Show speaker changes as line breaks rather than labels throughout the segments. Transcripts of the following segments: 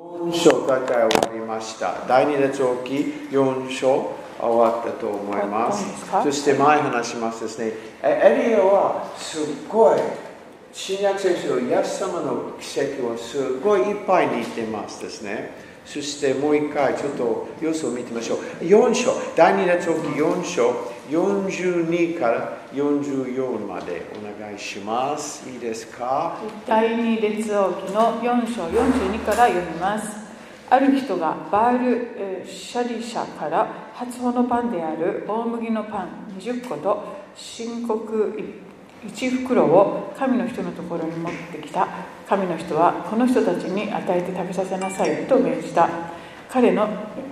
4章大体終わりました。第2列置き4章終わったと思いま
終わったんですか
す。そして前話しますですね。えエリアはすっごい新約聖書のイエス様の奇跡をすごいいっぱい似てますですね。そしてもう一回ちょっと様子を見てみましょう。4章、第2列置き4章、42から44までお願いします。いいですか
第二列王記の4章42から読みますある人がバール・えーシャリシャから初穂のパンである大麦のパン20個と申告1袋を神の人のところに持ってきた神の人はこの人たちに与えて食べさせなさいと命じた彼の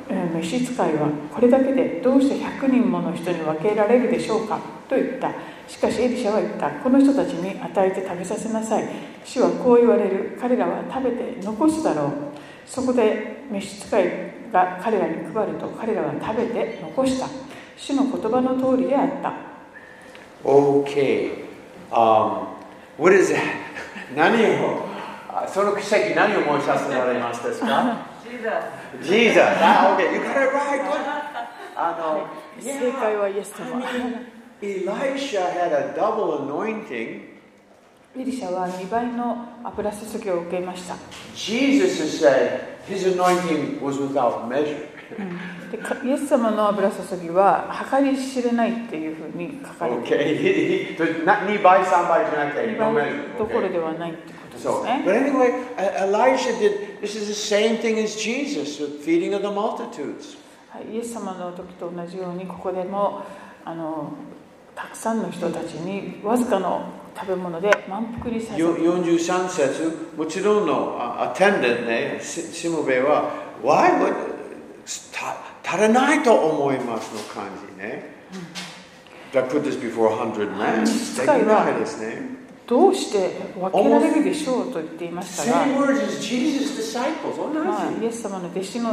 えー召使いはこれだけでどうして100人もの人に分けられるでしょうかと言ったしかしエリシャは言ったこの人たちに与えて食べさせなさい主はこう言われる彼らは食べて残すだろうそこで召使いが彼らに配ると彼らは食べて残した主の言葉の通りであった
Okay. Um, what is that? 何をあその奇跡何を思い出せられますですか ?Jesus! Ah, okay, you got it right! Good! あの、
正解はイエス様
Elisha had a double anointing.
エリシャは2倍の油注ぎを受けました
Jesus is saying his anointing was without measure.
でかイエス様の油注ぎは計り知れないっていうふうに書かれている
Okay? 2倍、3倍じゃなくて、
2
no
倍
measure.
どころ
Okay.
ではないってことです
So,
ね
but anyway, E- Elisha did, this is the same thing as Jesus, the feeding of the multitudes.
はいイエス様の時と同じようにここでもあのたくさんの人たちにわずかの食べ物で満腹にさせ
よ43節、もちろんのあアテンデントね、ししもべは、Why would た足らないと思いますの感じね。That put this before 100 men.
使
でき
いは
ないですね。
どうして分けられるでしょうと言っていましたが、
Same words as Jesus' disciples. oh, 同
はい、
じ。
イエス様の弟子の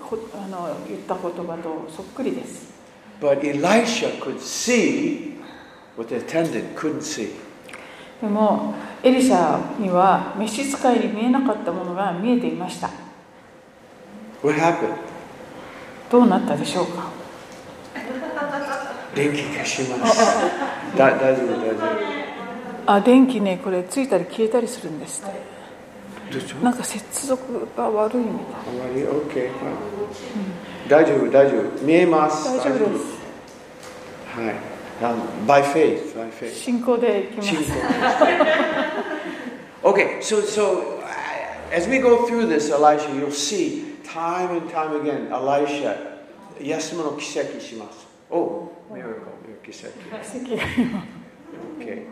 ほあの言った言葉とそっくりです
But Elisha could see what the attendant couldn't see.
でもエリシャには召使いに見えなかったものが見えていました
What happened?
どうなったでしょうか
電気消します。だ大丈夫、大丈
あ電気ねこれついたり消えたりするんですって
夫。どうしよう
なんか接続が悪いみたい
あまり OK、大丈夫、大丈夫。見えます。
大丈夫です
はい。あの Um, by faith, by faith.
進行でいきます
信仰です okay, so, so I- as we go through this, Elisha, you'll see time and time again, Elisha, イエス様の奇跡します。Oh, miracle, 奇跡。
奇跡が今
Okay.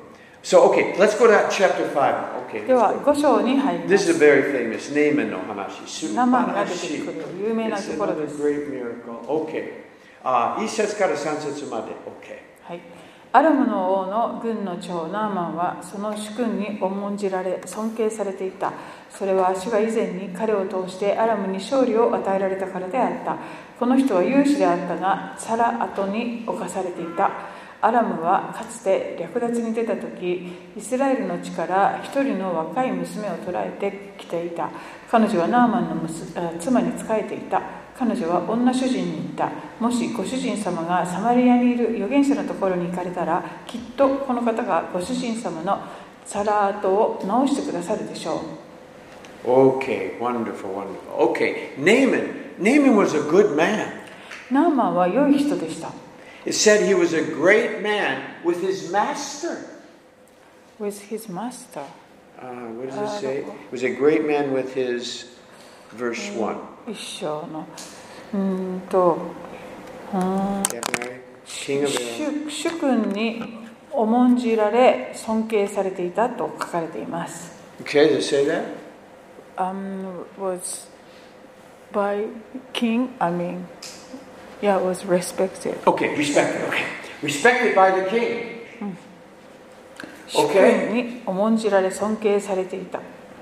So, okay, let's go to chapter 5. Okay,
で
let's
は
go.
5章に入りま
This
す
is a very famous ネーマンの話。素晴
ナマン
ら
が出
してい
くる有名なところです
It's another great miracle. Okay. Uh, あ、一節から三節まで。Okay.
はい、アラムの王の軍の長ナーマンはその主君に重んじられ尊敬されていたそれは主が以前に彼を通してアラムに勝利を与えられたからであったこの人は勇士であったがサラ後に侵されていたアラムはかつて略奪に出た時イスラエルの地から一人の若い娘を捕らえてきていた彼女はナーマンの娘あ妻に仕えていた彼女は女主人に言ったもしご主人様がサマリアにいる預言者のところに行かれたらきっとこの方がご主人様のサラートを直してくださるでしょう
Okay. Wonderful, wonderful. Okay. Naaman. Naaman was a good man.
ナーマンは良い人でした
It said he was a great man with his master.
With his master
Uh, what does it say? He was a great man with his verse 1.
一生のうーんとうーん
January. King of Israel.
主主君に重んじられ尊敬されていたと書かれています。
Okay, does it say that?
um, was by king. I mean, yeah, was respected.
Okay, respected. Okay. Respected by the king.
主君に重んじられ尊敬されていた。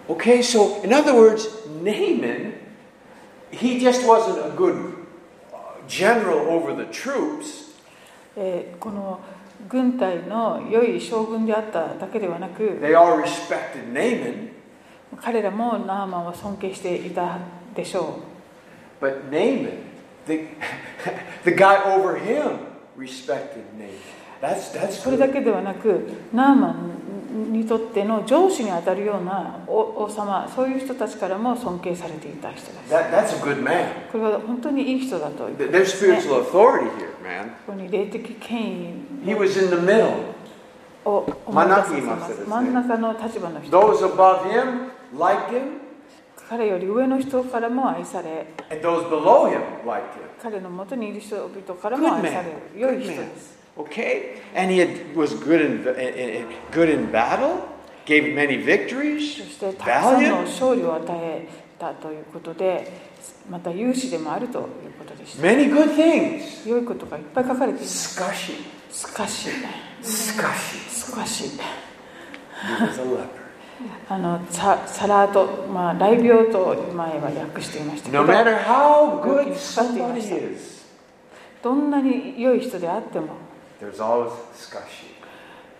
Okay, so in other words, Naaman, he just wasn't a good uh, general over the troops.
えーこの軍隊の良い将軍であっただけではなく、
They all respected Naaman.
彼らもナーマンを尊敬していたでしょ
But Naaman, the, the guy over him, respected Naaman. That's,
う
that's
それだ
good.
けではなくナーマンにとっての上司にあたるようなお王様そういう人たちからも尊敬されていた人です
That, that's a good man.
これは本当にいい人だと言
Th-
う
There's spiritual authority here, man.
ここに霊的権
He was in the middle.
威を
真ん中にい
思い出さ
ます
せます
ですね
真ん中の立場の人
Those above him liked him,
彼より上の人からも愛され
and those below him liked him.
彼のもとにいる人々からも愛される
Good man.
良い人です
Okay? And he had, was good in, in, in, in- good in battle, gave many
そ
victories,
してたくさんの
valiant.
勝利を与えたということでまた有志でもあるということでした
Many good things.
良いことがいっぱい書かれています
Scushy.
しかし
Scushy.
しかし
He was a leper.
あのササラート、まあ、雷病と前は訳していましたけ
No
ど
matter how good somebody is,
どんなに良い人であっても
there's always scushy.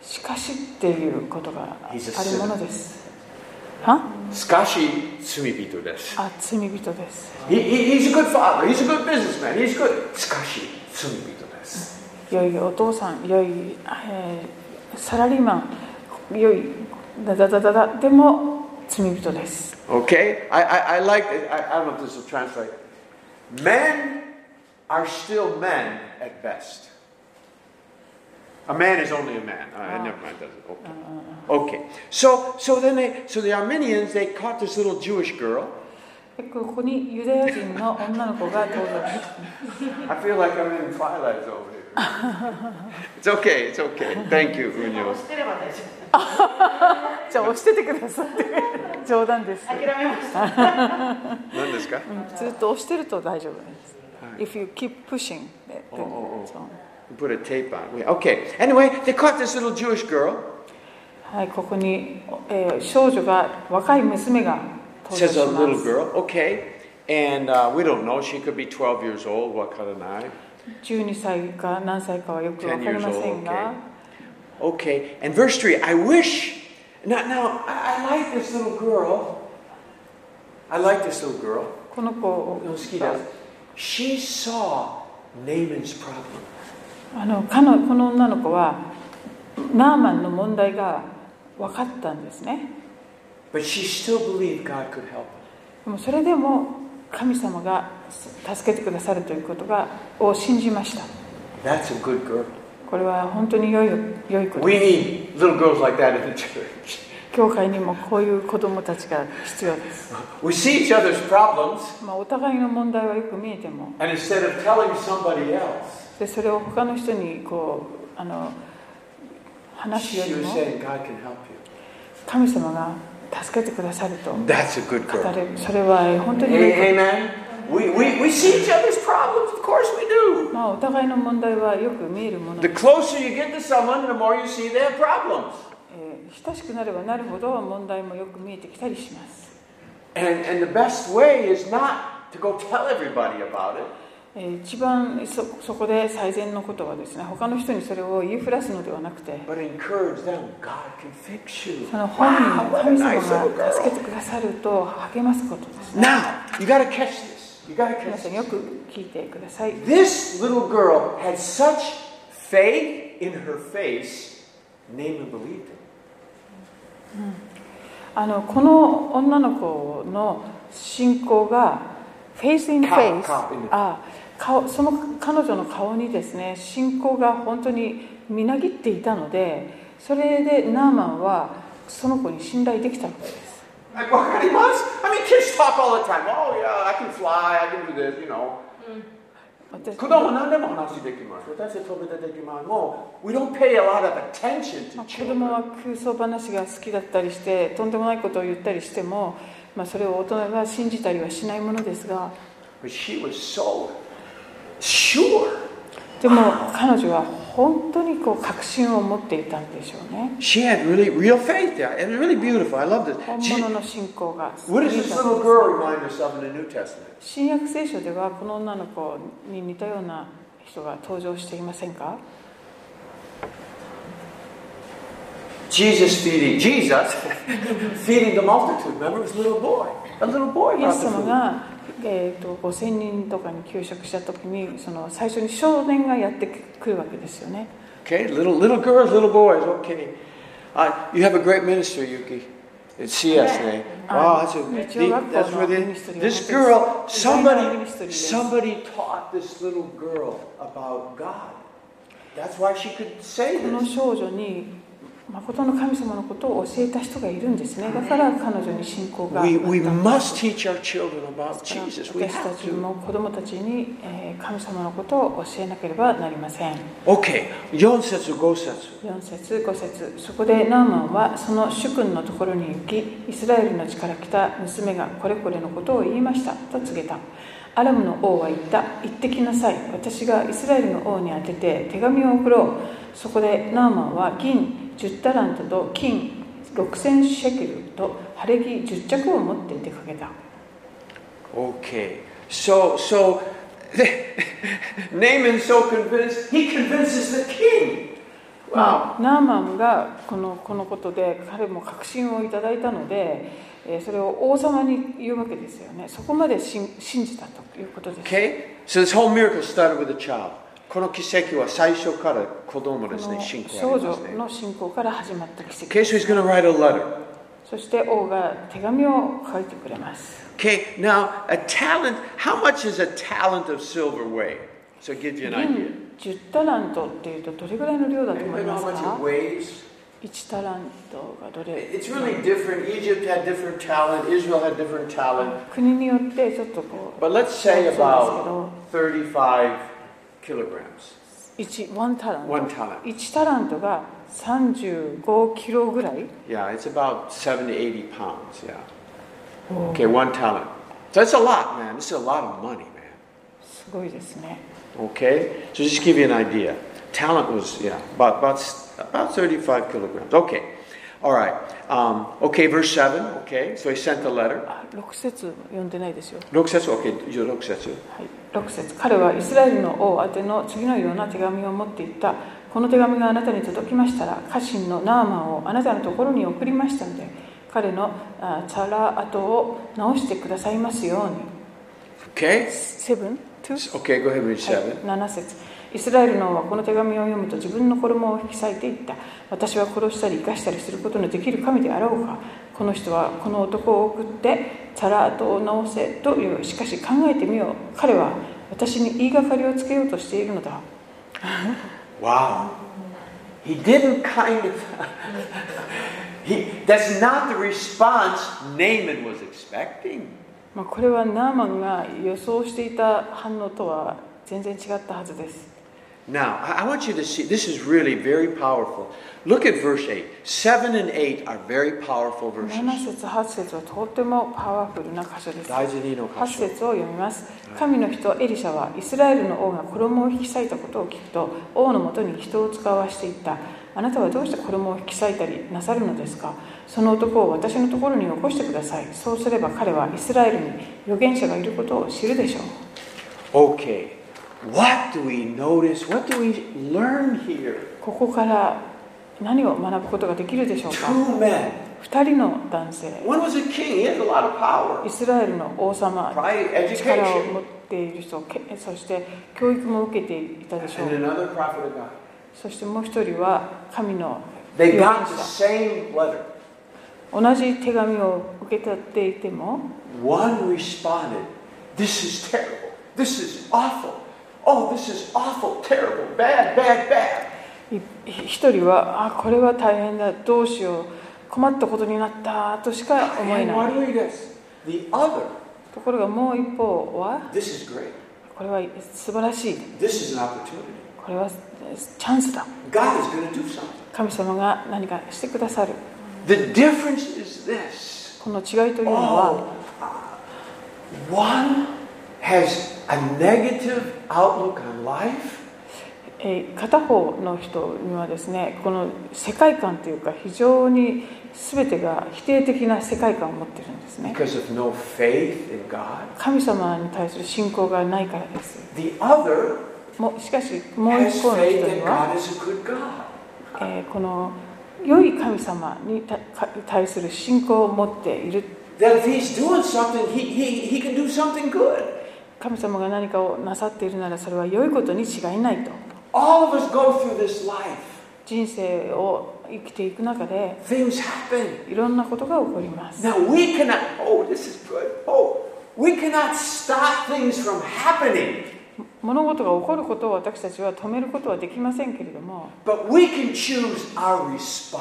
しかしっていうことがあ
He's a
るものですは
Scushy, sumibito desu.
あ罪人です
He, he, he's a good father. He's a good businessman. He's good. Scushy, sumibito desu.
良いお父さん良い、えーサラリーマン良いダダダダダでも罪人です
Okay? I, I, I like it. I, I don't know if this will translate. Men are still men at best. A man is only a man. All right,
Ah.
never mind. Doesn't. Okay. Okay. So, so then they, so the Armenians, they caught this little Jewish girl.
でここにユダヤ人の女の子が登場し
I feel like I'm in Twilight over here. it's okay, it's okay. Thank you, Uno.
押してれば大丈
じゃあ押しててください冗談です
夫。諦めました。
None this guy?
うんずっと押してると大丈夫です
は
If you keep pushing then-
おうおうおう
so
We put a tape on. We- Okay. Anyway, they caught this little Jewish girl.
はいここに、えー少女が若い娘が
Says a
登場
little girl.
しま
Okay. And uh, we don't know. She could be 12 years old. What kind of night?
す12歳か何歳かはよくわかりませんが、
10 years old, Okay. And verse 3 I wish. Now, now I, I like this little girl. I like this little girl.
この子を
No, ski does. She saw Naaman's problem.
あの彼のこの女の子はナーマンの問題が分かったんですね
But she still believed God could help her.
でもそれでも神様が助けてくださるということがを信じました
That's a good girl.
これは本当に良い良いこと
We need little girls like that in the church.
教会にもこういう子供たちが必要です
We see each other's problems,
まあお互いの問題はよく見えても
and instead of telling somebody else,
でそれを他の人にこうあの話
she
すより
was
も
saying, God can help you.
神様が助けてくださると
That's a good
語
girl.
れるそれは本当に良いこと
A- Amen. We, we, we see each other's problems, of course we do.
まあ、お互いの問題はよく見えるもの
The
で、
closer you get to someone, the more you see they have problems.
えー親しくなればなるほど問題もよく見えてきたりします、
And, and the best way is not to go tell everybody about it.
えー一番そそこで最善のことはですね他の人にそれを言いふらすのではなくて
But encourage them. God can fix you.
その本人
Wow,
の
what a
神
nice
様
little girl.
が助けてくださると励ますことですね
Now, you got to catch this. You got to
皆
catch
さん
this.
よく聞いてください
This little girl had such faith in her face, Naaman believed it.
あのこの女の子の信仰がフェイス・イン・フェイス
顔顔
あ顔その彼女の顔にですね信仰が本当にみなぎっていたのでそれでナーマンはその子に信頼できたわけです
Like, what kind of was? I mean, kids talk all the time. Oh, yeah, I can fly, I can do this, you know.
私ま
子供何でも話できます。私とべてできます。もう we don't pay a lot of attention
あ
to
子供
children.
は空想話が好きだったりしてとんでもないことを言ったりしても、まあ、それを大人が信じたりはしないものですが
But she was so sure.
でも彼女は本当にこう確信を持っていたんでしょうね
She had really real faith there. And really beautiful. I love
本
this.
物
She-
の信仰が
what does this little girl remind us of in the New Testament?
新約聖書ではこの女の子に似たような人が登場していませんか
Jesus feeding Jesus, feeding the multitude. Remember, it was a little boy. A little boy
イエ
brought
ス
the
様
food.
がえー、と5,000人とかに給食した時にその最初に少年がやってくるわけですよね。
Okay, little little girls, little boys. Okay, uh, you have a great minister, Yuki. It's CS name. Wow, that's a, the, that's where they, this girl. Somebody, somebody taught this little girl about God. That's why she could say
この
this.
少女に誠の神様のことを教えた人がいるんですね。だから彼女に信仰があった
We
ん
we
です。
must teach our children about Jesus. We
私た
have
ち
to.
も子供たちにえー神様のことを教えなければなりません。
Okay, 4節5節
4節5節そこでナーマンはその主君のところに行きイスラエルの地から来た娘がこれこれのことを言いましたと告げたアラムの王は言った行ってきなさい私がイスラエルの王に宛てて手紙を送ろうそこでナーマンは銀10タラントと金6000シェケルと晴れ着10着を持って出かけた
Okay, so so Naaman's so convinced he convinces the king. Wow.
まあ、ナーマンがこのこのことで彼も確信をいただいたので、えーそれを王様に言うわけですよねそこまで信信じたということです、
Okay? So this whole miracle started with a child. この奇跡は最初から子供
こ
です
の
ね、信仰
少
あります
女
ね。
の信仰から始まった奇跡
Okay, so he's going to write a letter.
そして王が手紙を書いてくれます
Okay, now a talent, how much is a talent of silver weigh? So it gives you an
銀
idea.
10タラントっていうとどれぐらいの量だと思い
Anybody
ま
know how
す
much
か
it weighs?
1タラントがどれ
It's really different. Egypt had different talent, Israel had different talent.
国によってちょっとこう
But let's say
そう
about
なんで
35 kilograms.
すけど1ワンタラント
One talent.
1タラントが35キロぐらい
Yeah, it's about 70, 80 pounds. Yeah. Okay, one talent. So that's a lot, man. This is a lot of money, man.
すごいですね。
Okay, so just to give you an idea, talent was yeah about about about 35 kilograms. Okay, all right. Um, okay, verse seven. Okay, so he sent the letter.
あ、6節読んでないですよ。
6節 okay, 16節
はい、6節彼はイスラエルの王宛ての次のような手紙を持っていった。この手紙があなたに届きましたら、家臣のナーマンをあなたのところに送りましたので、彼のあチャラ跡を直してくださいますように。
Okay,
7? 2?
okay, go ahead and read
はい、
seven.
7節イスラエルの王はこの手紙を読むと自分の衣を引き裂いていった私は殺したり生かしたりすることのできる神であろうかこの人はこの男を送ってチャラとを直せというしかし考えてみよう彼は私に言いがかりをつけようとしているのだ
Wow, he didn't kind of. he that's not the response Naaman was expecting.
まあこれはナーマンが予想していた反応とは全然違ったはずです
Now, I I want you to see, this is really very powerful. Look at verse 8. 7 and 8 are very powerful
7
verses.
節8節はとてもパワフルな箇所です8
大事にの箇所。
節を読みます神の人エリシャはイスラエルの王が衣を引き裂いたことを聞くと王のもとに人を使わしていったあなたはどうして衣を引き裂いたりなさるのですかその男を私のところに起こしてくださいそうすれば彼はイスラエルに預言者がいることを知るでしょう
Okay. What do we notice? What do we learn here?
ここから何を学ぶことができるでしょうか
Two men.
2人の男性
One was a king, he had a lot of
イ
power.
スラエルの王様
Prior
力を
education.
持っている人けそして教育も受けていたでしょ
And
う
another prophet of God.
そしてもう一人は神の
They got the same letter.
同じ手紙を受け取っていても
One responded, This is terrible. This is awful. Oh, this is awful, terrible, bad, bad, bad.
い一人はあこれは大変だどうしよう困ったことになったとしか思え
And
ない
Rodriguez, the other,
ところがもう一方は
this is great.
これは素晴らしい
This is an opportunity.
これはチャンスだ
God is going to do something.
神様が何かしてくださる
The difference is this.
この違いというのは
Oh, one has a negative outlook on life,
えー片方の人にはですねこの世界観というか非常に全てが否定的な世界観を持ってるんですね
because of no faith in God.
神様に対する信仰がないからです
The other
もしかしもう
has
一方の人
faith
に
that
は、
God is a good God.
えーこの良い神様にたか対する信仰を持っている
that if he's doing something, he, he, he can do something good.
神様が何かをなさっているならそれは良いことに違いないと
All of us go through this life,
人生を生きていく中で
things happen.
いろんなことが起こります
Now we cannot, oh, this is good. Oh, we cannot stop things from happening,
物事が起こることを私たちは止めることはできませんけれども
but we can choose our response.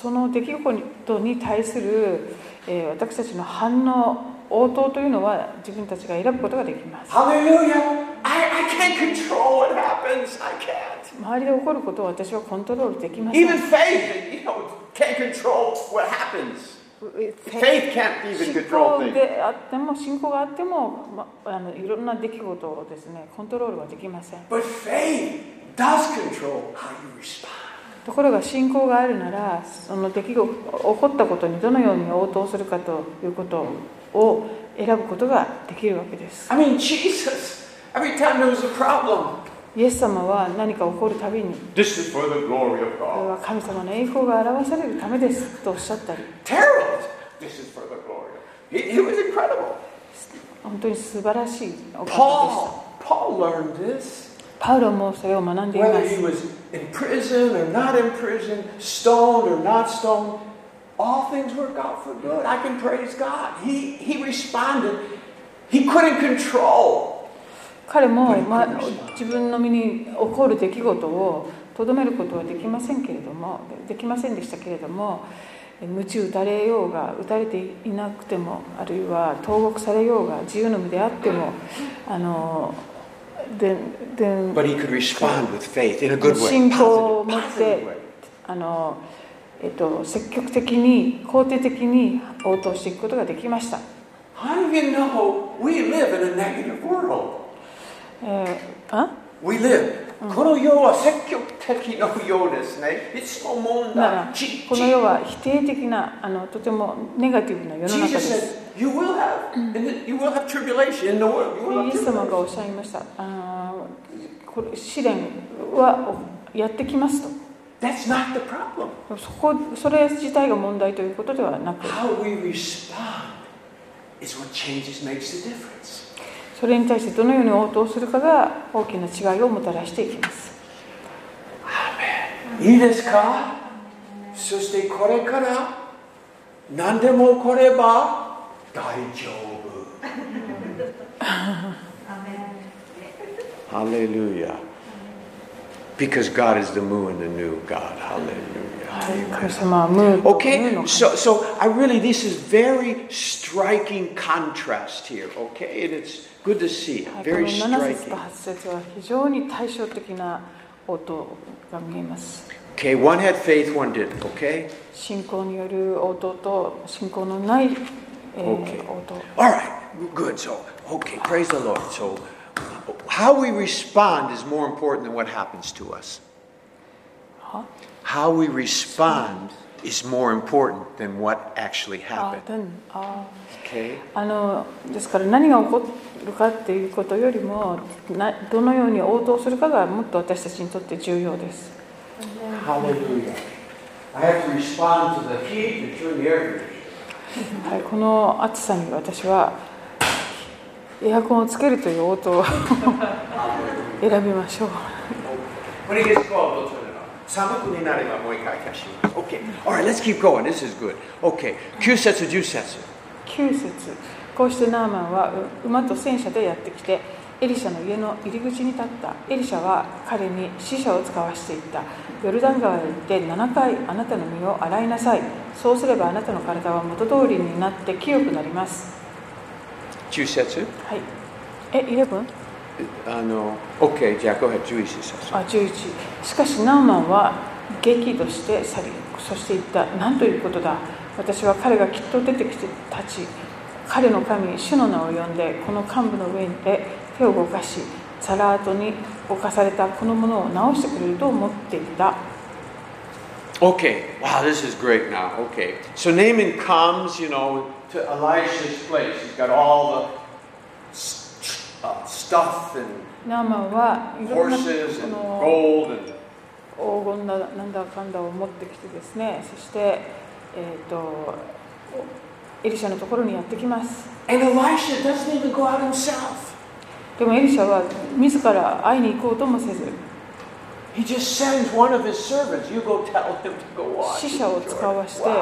その出来事に対する、えー私たちの反応応答というのは自分たちが選ぶことができます
Hallelujah. I, I can't control what happens. I can't.
周りで起こることを私はコントロールできません
Even faith, you know, can't control what happens.
信
Faith can't even
仰
control things.
であっても信仰があっても、ま、あのいろんな出来事をですねコントロールはできません
But faith does control how you respond.
ところが信仰があるならその出来事起こったことにどのように応答するかということを選ぶことができるわけです
I mean, Jesus, every time there was a problem,
イエス様は何か起こるたびに
this is for the glory of
これ
God.
は神様の栄光が表されるためですとおっしゃったり
Terrible. This is for the glory of He, he was incredible.
本当に素晴らしいお方でした
Paul, Paul learned this.
パウロもそれを学んでいま
Whether
す
he was in prison or not in prison, stoned or not stoned, all things work out for good. I can praise God. He, he responded. He couldn't control.
彼も、
うん
まあ
苦しいな、
自分の身に起こる出来事をとどめることはできませんけれどもできませんでしたけれどもえ鞭打たれようが打たれていなくてもあるいは投獄されようが自由の身であってもあのでで
But he could respond with faith in a
信仰を
positive-
持っ
positive
て
way.
あの、えっと、積極的に肯定的に応答していくことができました。
How do you know we live in a negative world?
えーあ
We live.
Mm.
この世は積極的な世ですね。いつも問
な
題
ら。
じ
この世は否定的なあのとてもネガティブな世の中で
Jesus
す。
said, "You will have, and that you will have tribulation in the world. You will
イエ
have
ス様が
tribulation."
おっしゃいました。あーこれ試練はやってきますと。
That's not the problem.
そこそれ自体が問題ということではなく、
How we respond is what changes makes the difference.
それに対してどのように応答するかが大きな違いをもたらしていきます。Mm.
いいですか？そしてこれから何でも起これば大丈夫。Hallelujah. Because God is the new and the new God. Hallelujah.
はい、神様はムーブムー
Okay,
の神
so, so I really, this is very striking contrast here, okay? And it's good to see it.
はいこの
Very
7節と
striking.
8節は非常に対照的な応答が見えます。
Okay, one had faith, one didn't, okay?
信仰による応答と信仰のない、えー
Okay.
応答
All right, good. So, okay, praise the Lord. So, how we respond is more important than what happens to us.
は
How we respond is more important than what actually
あ
happened,
でもあ
okay?
あのですから何が起こるかっていうことよりもなどのように応答するかがもっと私たちにとって重要です
Hallelujah. I have to respond to the heat and turn the air conditioner.
はい、この暑さに私はエアコンをつけるという応答を選びましょう
When it gets cold, we'll turn it off. 寒くなればもう一回消します Okay. Alright, let's keep going. This is good. Okay. 9節、10節。
9節こうしてナーマンはう馬と戦車でやってきてエリシャの家の入り口に立ったエリシャは彼に死者を使わしていったヨルダン川へ行って7回あなたの身を洗いなさいそうすればあなたの体は元通りになって清くなります
10節
はいえ 11?
あの、OK、じゃあ、go ahead、11節。
あ11しかしナーマンは激怒して去りそして言った何ということだ私は彼がきっと出てきて立ち彼の神主の名を呼んでこの幹部の上で手を動かしサラートに侵されたこのものを直してくれると思っていた
Okay, wow, this is great now. Okay, so Naaman comes, you know, to Elisha's place. He's got all the st- uh, stuff and
ナーマンはいろんな
horses
こ
and
の
gold and
黄金だなんだかんだを持ってきてですねそしてえっ、とエリシャのところにやってきます。
And Elisha doesn't even go out himself.
でもエリシャは自ら会いに行こうともせず、
He just sends one of his servants. You go tell him to go wash.
死
the
者を
Jordan."
使わして、
Wow.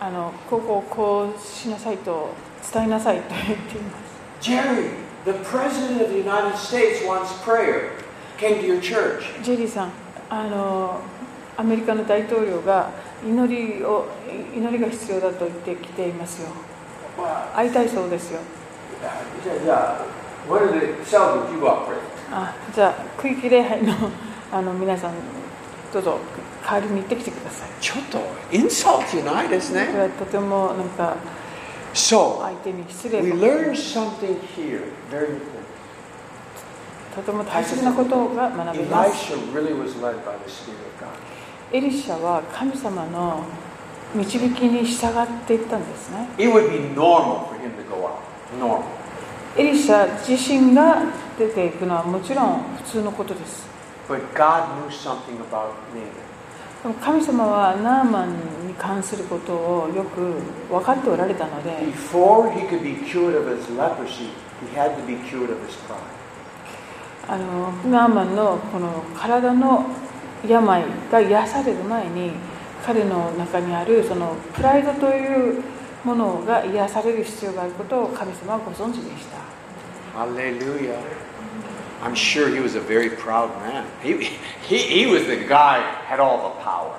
あのここをこうしなさいと伝えなさいと言っています。
Jerry, the president of the United States wants prayer. Came to your church.
ジェリーさん、あのアメリカの大統領が祈りを祈りが必要だと言ってきていますよ。
Wow.
会いたいそうですよ。
Yeah, yeah. What are the celebrate you operate?
あじゃあ、区域礼拝のあの皆さん、どうぞ代わりに行ってきてください。これはとてもなんか
So
相手に失礼
we
かも
learn something here. Very important.
とても大切なことが学べます。
Elisha really was led by the Spirit of God.
エリシャは神様の導きに従っていったんですね。
It would be normal for him to go out. Normal.
エリシャ自身が出ていくのはもちろん普通のことです。
But God knew something about Naaman.
でも神様はナーマンに関することをよく分かっておられたので、
Before he could be cured of his leprosy, he had to be cured of his pride.
あのナーマンのこの体の病が癒される前に彼の中にあるそのプライドというものが癒される必要があることを神様はご存知でした
Hallelujah. I'm sure he was a very proud man. He, he, he was the guy who had all the power.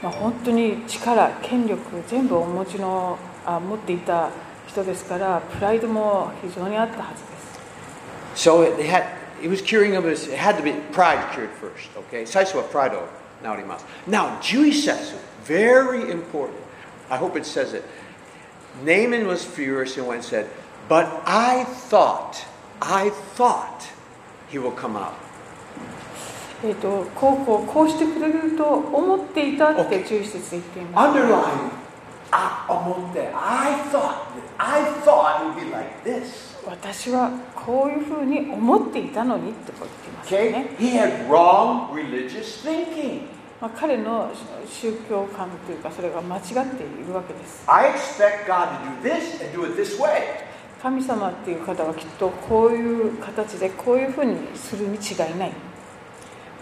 まあ、本当に力権力全部お持ちのあ持っていた人ですからプライドも非常にあったはずです
So it had, he was curing of his, it had to be pride cured first, okay? Saiso pride now he must. Now, Juisetsu, very important. I hope it says it. Naaman was furious and went and said, But I thought, I thought he will come out.
えっとこうこうこうしてくれると思っていたって注意して言っています、
Underline, I, amonte, ah, I thought, I thought it would be like this.
私はこういうふうに思っていたのにってこう言っていますよ
Okay?
ね、
He had wrong religious thinking.
まあ、彼の宗教観というかそれが間違っているわけです
I expect God to do this and do it this way.
神様っていう方はきっとこういう形でこういうふうにするに違いない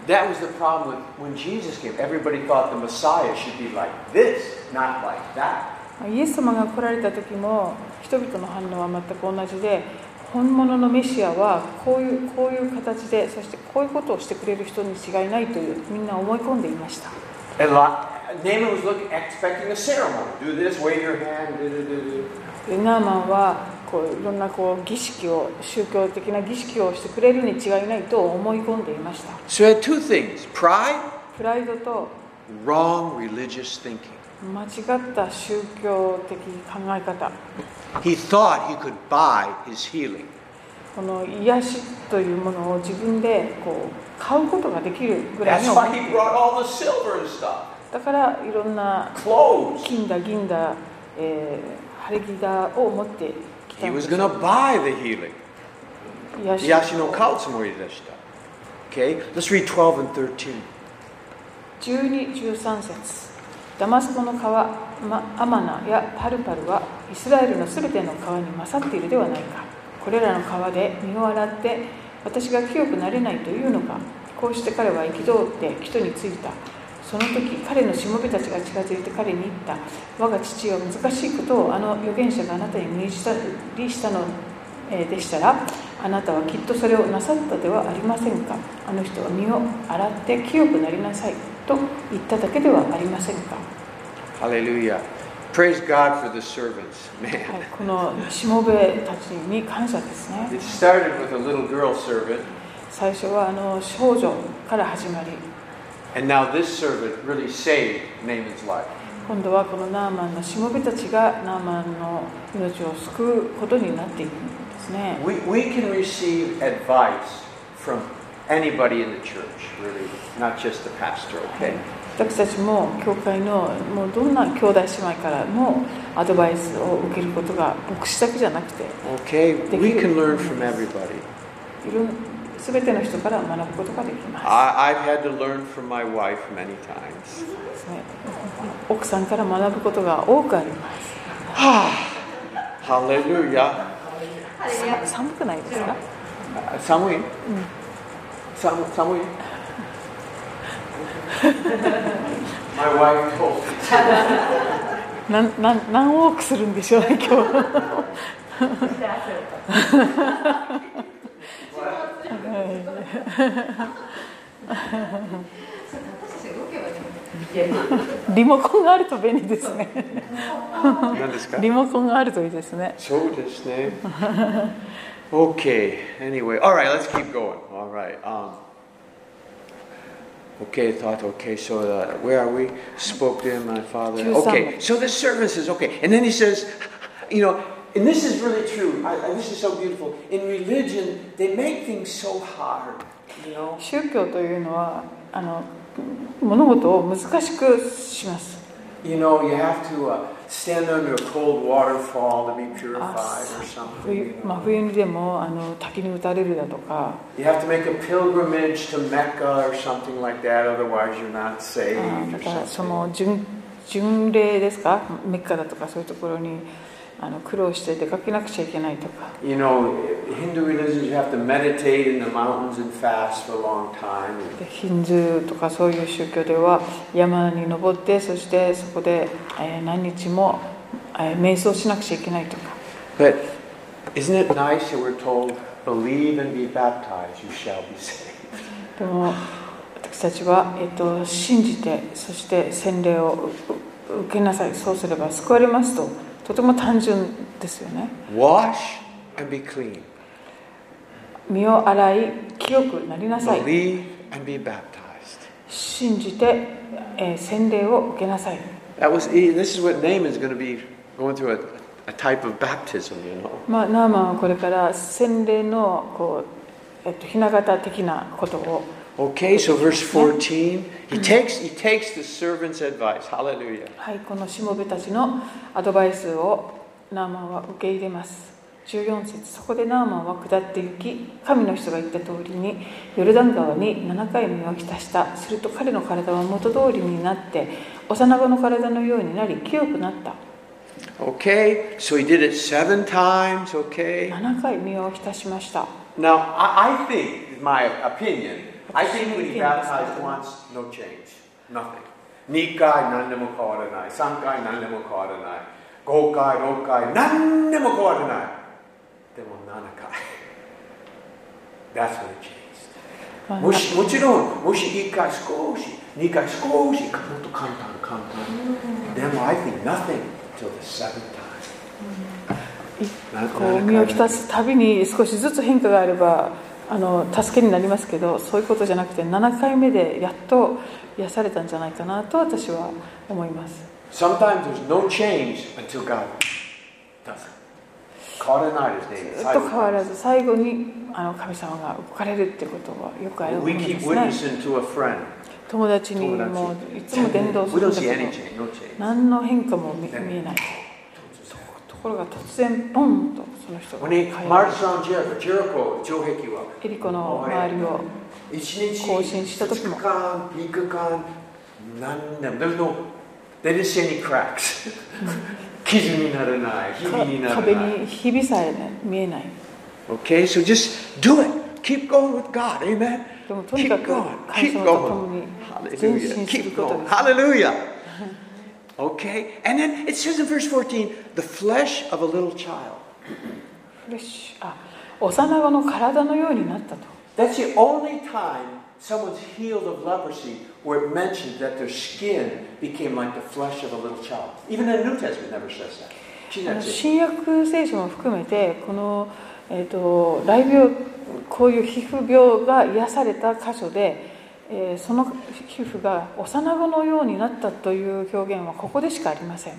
That was the problem with when Jesus came. Everybody thought the Messiah should be like this, not like that.
まあイエス様が来られた時も人々の反応は全く同じで本物のメシアはこういうこういう形でそしてこういうことをしてくれる人に違いないというみんな思い込んでいました
And Lot, Naaman was looking, expecting a ceremony. Do this, wave your hand, do, do, do, do.
でナーマンはこういろんなこう儀式を宗教的な儀式をしてくれるに違いないと思い込んでいました
So he had two things pride,
プライドと
wrong religious thinking.
間違った宗教的考え方
He thought he could buy his healing.
この癒しというものを自分でこう買うことができるぐらい
That's
の
why he brought all the silver and stuff,
だからいろんな
clothes.
金だ銀だ、えー、晴れ着だを持ってきた
He
んで
was
す
going to buy the healing.
癒し
癒しのカウツもいいでした。Okay, let's read 12 and 13.
1213節ダマスコの川、ま、アマナやパルパルはイスラエルのすべての川に勝っているではないかこれらの川で身を洗って私が清くなれないというのかこうして彼は憤って帰途についたその時彼のしもべたちが近づいて彼に言った我が父よ難しいことをあの預言者があなたに命じりしたのえーでしたらあなたはきっとそれをなさったではありませんかあの人は身を洗って清くなりなさいと言っただけではありませんか、
Hallelujah. Praise God for the servants.
はい
Man,
このしもべたちに感謝ですね
it started with a little girl servant,
最初はあの少女から始まり
and now this servant really saved Naaman's life.
今度はこのナーマンのしもべたちがナーマンの命を救うことになっていくんですね
We, we can receive advice from anybody in the church, really, not just the pastor, okay?
私たちも教会のもうどんな兄弟姉妹からもアドバイスを受けることが牧師だけじゃなくて
Okay, we can learn from everybody.
いろん全ての人から学ぶことができま
I, I've had to learn from my wife many times.
す、ね、奥さんから学ぶことが多くあります
Ah, ハレルヤ。
寒くないですか
あ寒い、寒寒い My wife told me.
なんなん何往復するんでしょうね今日リモコンがあると便利ですね
何ですか
リモコンがあるといいですね
So this name. okay. Anyway, all right. Let's keep going. All right. Um, okay, thought. Okay, so uh, where are we? Spoke to him, my father.
To
Okay.
someone.
So the servant says, okay, and then he says, you know, and this is really true. I, I, this is so beautiful. In religion, they make things so hard. You know.
宗教というのはあの物事を難しくします
You know, you have to uh, stand under a cold waterfall to be purified or
冬
something. You,
真
know.
冬にでもあの滝に打たれるだとか
you have to make a pilgrimage to Mecca or something like that, otherwise you're not
あ
saved
ーだ
or
からそ
something.
の巡巡礼ですかメッカだとかそういうところにあの苦労して出かけなくちゃいけないとか
You know, Hindu religion, you have to meditate in the mountains and fast for a long time.
でヒンズーとかそういう宗教では山に登ってそしてそこで、えー何日も、えー瞑想しなくちゃいけないとか
But isn't it nice that we're told, believe and be baptized, you shall be saved?
でも私たちは、えっと信じてそして洗礼をうう受けなさいそうすれば救われますととても単純ですよね
Wash and be clean.
身を洗い清くなりなさい
Believe and be baptized.
信じて、えー洗礼を受けなさい
That was, eh, this is what Naaman's going to be going through a, a type of baptism, you know.
まあ、ナーマンはこれから洗礼のこう、えっと、雛形的なことを
Okay, so verse Hmm. 14, he takes he takes the servant's advice. Hallelujah.
はい、このしもべたちのアドバイスをナーマンは受け入れます。14節そこでナーマンは下って行き、神の人が言った通りに、ヨルダン川に7回身を浸した。すると彼の体は元通りになって、幼子の体のようになり、清くなった。
Okay, so he did it seven times. Okay.
7回身を浸しました。
Now I, I think my opinion. I think when he
Opinion.
baptized once, no change, nothing. 二回何でも変わらない。三回何でも変わらない。五回、六回、何でも変わらない。でも七回。That's when it changed.
まあ
もしもちろん、もし1回少し、2回少し、もっと簡単、簡単。でも、I think nothing till the seventh time.
こう身を浸すたびに少しずつ変化があればあの助けになりますけどそういうことじゃなくて7回目でやっと癒されたんじゃないかなと私は思います
Sometimes there's no change until God does it. 変わらないですね。
ずっと変わらず最後にあの神様が動かれるっていうことはよくあること
We
で
keep
すね
witnessing to a friend.
友達に
友達
もういつも伝道す
We
る
don't
んだ
see any
け
change,
ど
no change.
何の変化も見見えないところが突然ポンとその人が
When
変
he
わ
marched
る
on Jericho, Jericho 城壁は
エリコの周りを
一日
更新した時も
2日間3日間何年も There's no They didn't see any cracks 傷にならないひびにな
から壁
ない
にひびさえね見えない
Okay so just do it Keep going with God Amen
でもとにか
Keep
く
going
神
Keep
様と共
going
に前
Hallelujah
進する
Keep
こと
going
です。
Hallelujah Okay and then it says in verse 14 The flesh of a little child
フレッシュあ幼子の体のようになったと。
That's the only time someone's healed of leprosy where it mentioned that their skin became like the flesh of a little child. Even in the New Testament never says that. She
あの
never says
新約聖書も含めてこの、えー、と雷病こういう皮膚病が癒された箇所で、えーその皮膚が幼子のようになったという表現はここでしかありません。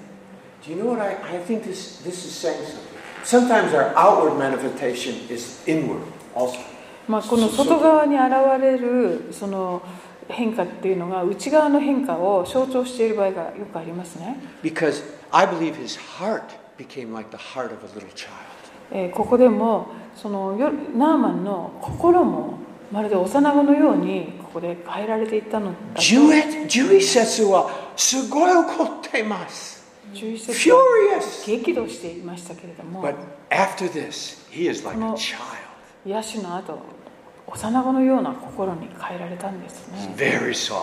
Do you know what I, I think this, this is saying something? Sometimes our outward manifestation is inward also.
まあ、この外側に現れるその変化っていうのが内側の変化を象徴している場合がよくありますね。
Because I believe his heart became like the heart of a little child.
えーここでもそのよナーマンの心もまるで幼子のようにここで変えられていったのだと
Jewish, Jewish 説はすごい怒っています。
注意して
furious.
激怒していましたけれども、
But after this, he is like a
この-
child.
癒しの後、幼子のような心に変えられたんですね。
Very soft.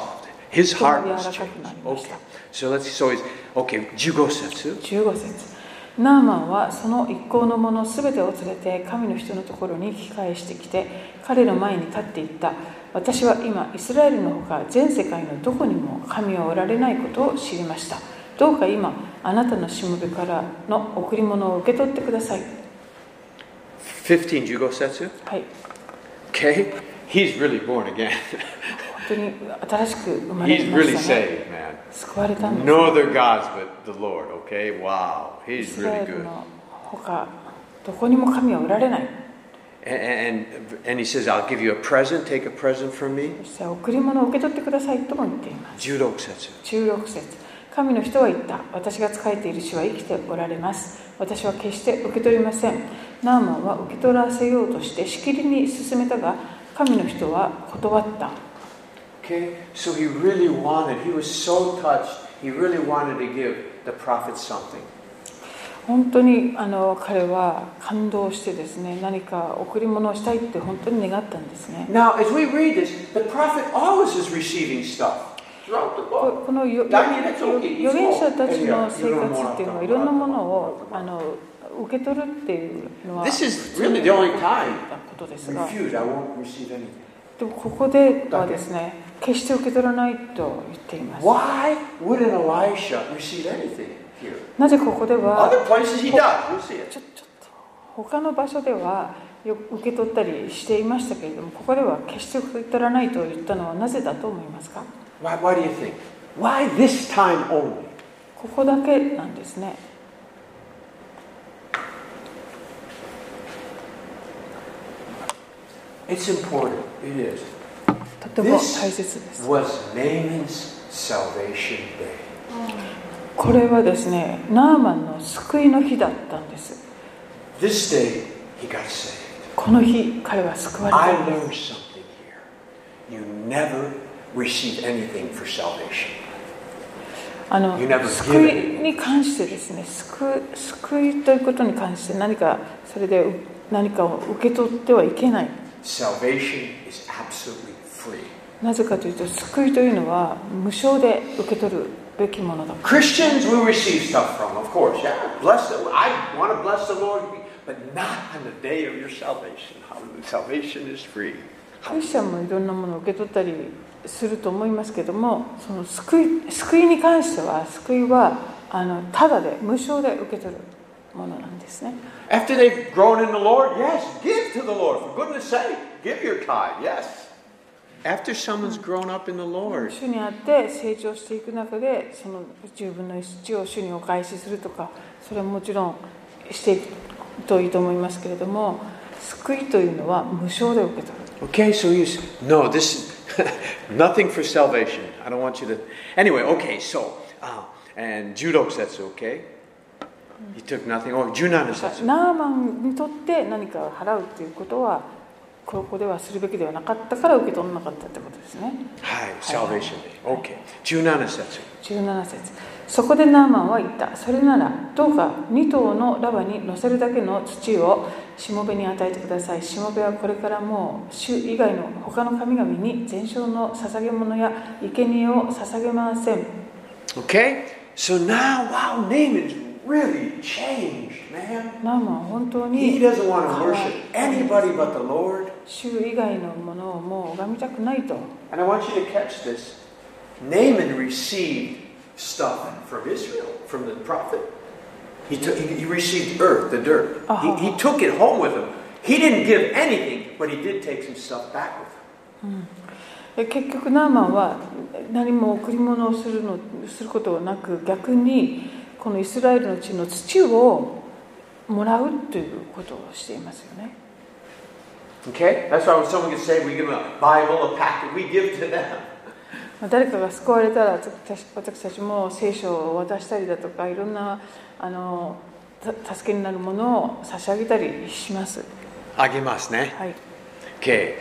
His heart was
柔らかく
changed.
なりました。
Okay. So let's so it's okay, 15節.
15節ナーマンはその一行の者すべてを連れて神の人のところに引き返してきて彼の前に立っていった私は今イスラエルのほか全世界のどこにも神はおられないことを知りましたどうか今あなたのしもべからの贈り物を受け取ってください
15 15節.
はい
Okay. He's really born again.
本当に新しく生まれ
He's
ま
really
したね
saved, man.
救われたんです
No other gods but the Lord, okay? Wow.
イ
He's
スラ
really
エル
good.
のほかどこにも神はおられない
And, and and he says, I'll give you a present, take a present from me.
そして贈り物を受け取ってくださいとも言っています
16節。
16節神の人は言った私が仕えている主は生きておられます私は決して受け取りませんナーマンは受け取らせようとしてしきりに進めたが神の人は断った
Okay, so he really wanted, he was so touched, he really wanted to give the prophet something.
本当にあの彼は感動してですね何か贈り物をしたいって本当に願ったんですね
Now, as we read this, the prophet always is receiving stuff throughout the
こ
book.
このよよ
ダニエル書記
預言者たちの生活っていうのはいろんなものをあの受け取るっていうのは
This is really the only
な
time.
ことですが
Refuse, I won't receive anything.
でもここではですね、決して受け取らないと言っています。
Why wouldn't Elisha receive anything here?
なぜここでは、
Other places he does, we'll see
ち
it.
ょちょっと、他の場所ではよ受け取ったりしていましたけれども、ここでは決して受け取らないと言ったのはなぜだと思いますか
Why, why do you think? Why this time only?
ここだけなんですね。
It's important, it is.
とても大切です。
Was Naaman's salvation day.
これはですね、ナーマンの救いの日だったんです。
This day, he got saved.
この日、彼は救われた
I
んです
learned something here. You never receive anything for salvation.
あの
You never
救
give
い
anything.
に関してですね救い救いということに関して何かそれでう何かを受け取ってはいけない
Salvation is absolutely free.
なぜかというと救いというのは無償で受け取るべきものだ
Christians will receive stuff from, of course. Yeah, bless the, I want to bless the Lord, but not on the day of your salvation. Hallelujah. Salvation is free.
クリスチャンもいろんなものを受け取ったりすると思いますけどもその救い救いに関しては救いはあのただで無償で受け取るものなんですね
After they've grown in the Lord, yes, give to the Lord. For goodness sake, give your tithe, yes. After someone's grown up in the Lord,
主にあって成長していく中でその10分の1を主にお返しするとかそれはもちろんしていくといいと思いますけれども救いというのは無償で受け取る
Okay, so you s- no, this nothing for salvation. I don't want you to. Anyway, okay, so uh, and judo setsu, okay. He took nothing. Oh, junan
だから
setsu.
ナーマンにとって何かを払うということはここではするべきではなかったから受け取らなかったってことですね
Hi, salvation. Okay, junan setsu.
17節そこでナーマンは言ったそれならどうか2頭のラバに乗せるだけの土をしもべに与えてくださいしもべはこれからもう主以外の他の神々に全焼の捧げ物や生贄を捧げません
Okay, so now wow, Naaman's really changed, man.
ナーマンは本当
He
に
doesn't want to worship anybody but the Lord.
主以外のものをもう拝みたくないと
And I want you to catch this. Naaman received stuff from Israel, from the prophet. He, took, he, he received earth, the dirt.
Uh-huh.
He, he took it home with him. He didn't give anything, but he did take some stuff back with him.
で結局ナーマンは何も贈り物をするのすることはなく逆にこのイスラエルの地の土をもらうということをしていますよね。
Okay? That's why when someone gets saved, we give them a Bible, a packet, we give to them.
まあ誰かが救われたら私私たちも聖書を渡したりだとかいろんなあのた助けになるものを差し上げたりします。
あげますね。
はい
Okay.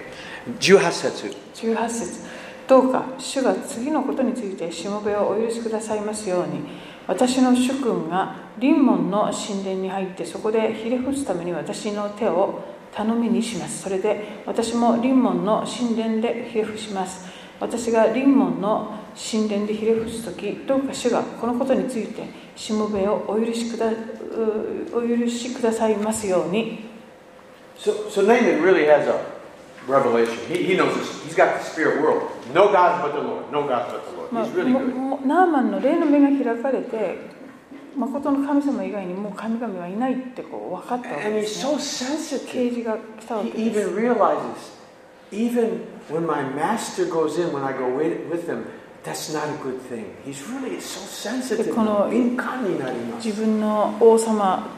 18節。
18節どうか主が次のことについてしもべをお許しくださいますように私の主君が臨門の神殿に入ってそこでひれ伏すために私の手を頼みにしますそれで私も臨門の神殿でひれ伏します私が臨門の神殿でひれ伏す時どうか主がこのことについてしもべをお許しくだうお許しくださいますように
So, so Naaman really has a revelation. He, he knows this. He's got the spirit world. No gods but the Lord. No gods but the Lord.
まあ
He's really
も
good.
もナーマンの霊の目が開かれて誠の神様以外にもう神々はいないってこう分かったわけ
And
で
he's
す、ね、
so sensitive.
啓示が来たわけ
He
です
even realizes, even when my master goes in, when I go with, with him, that's not a good thing. He's really so sensitive.
で、この、
敏感になります。
自分の王様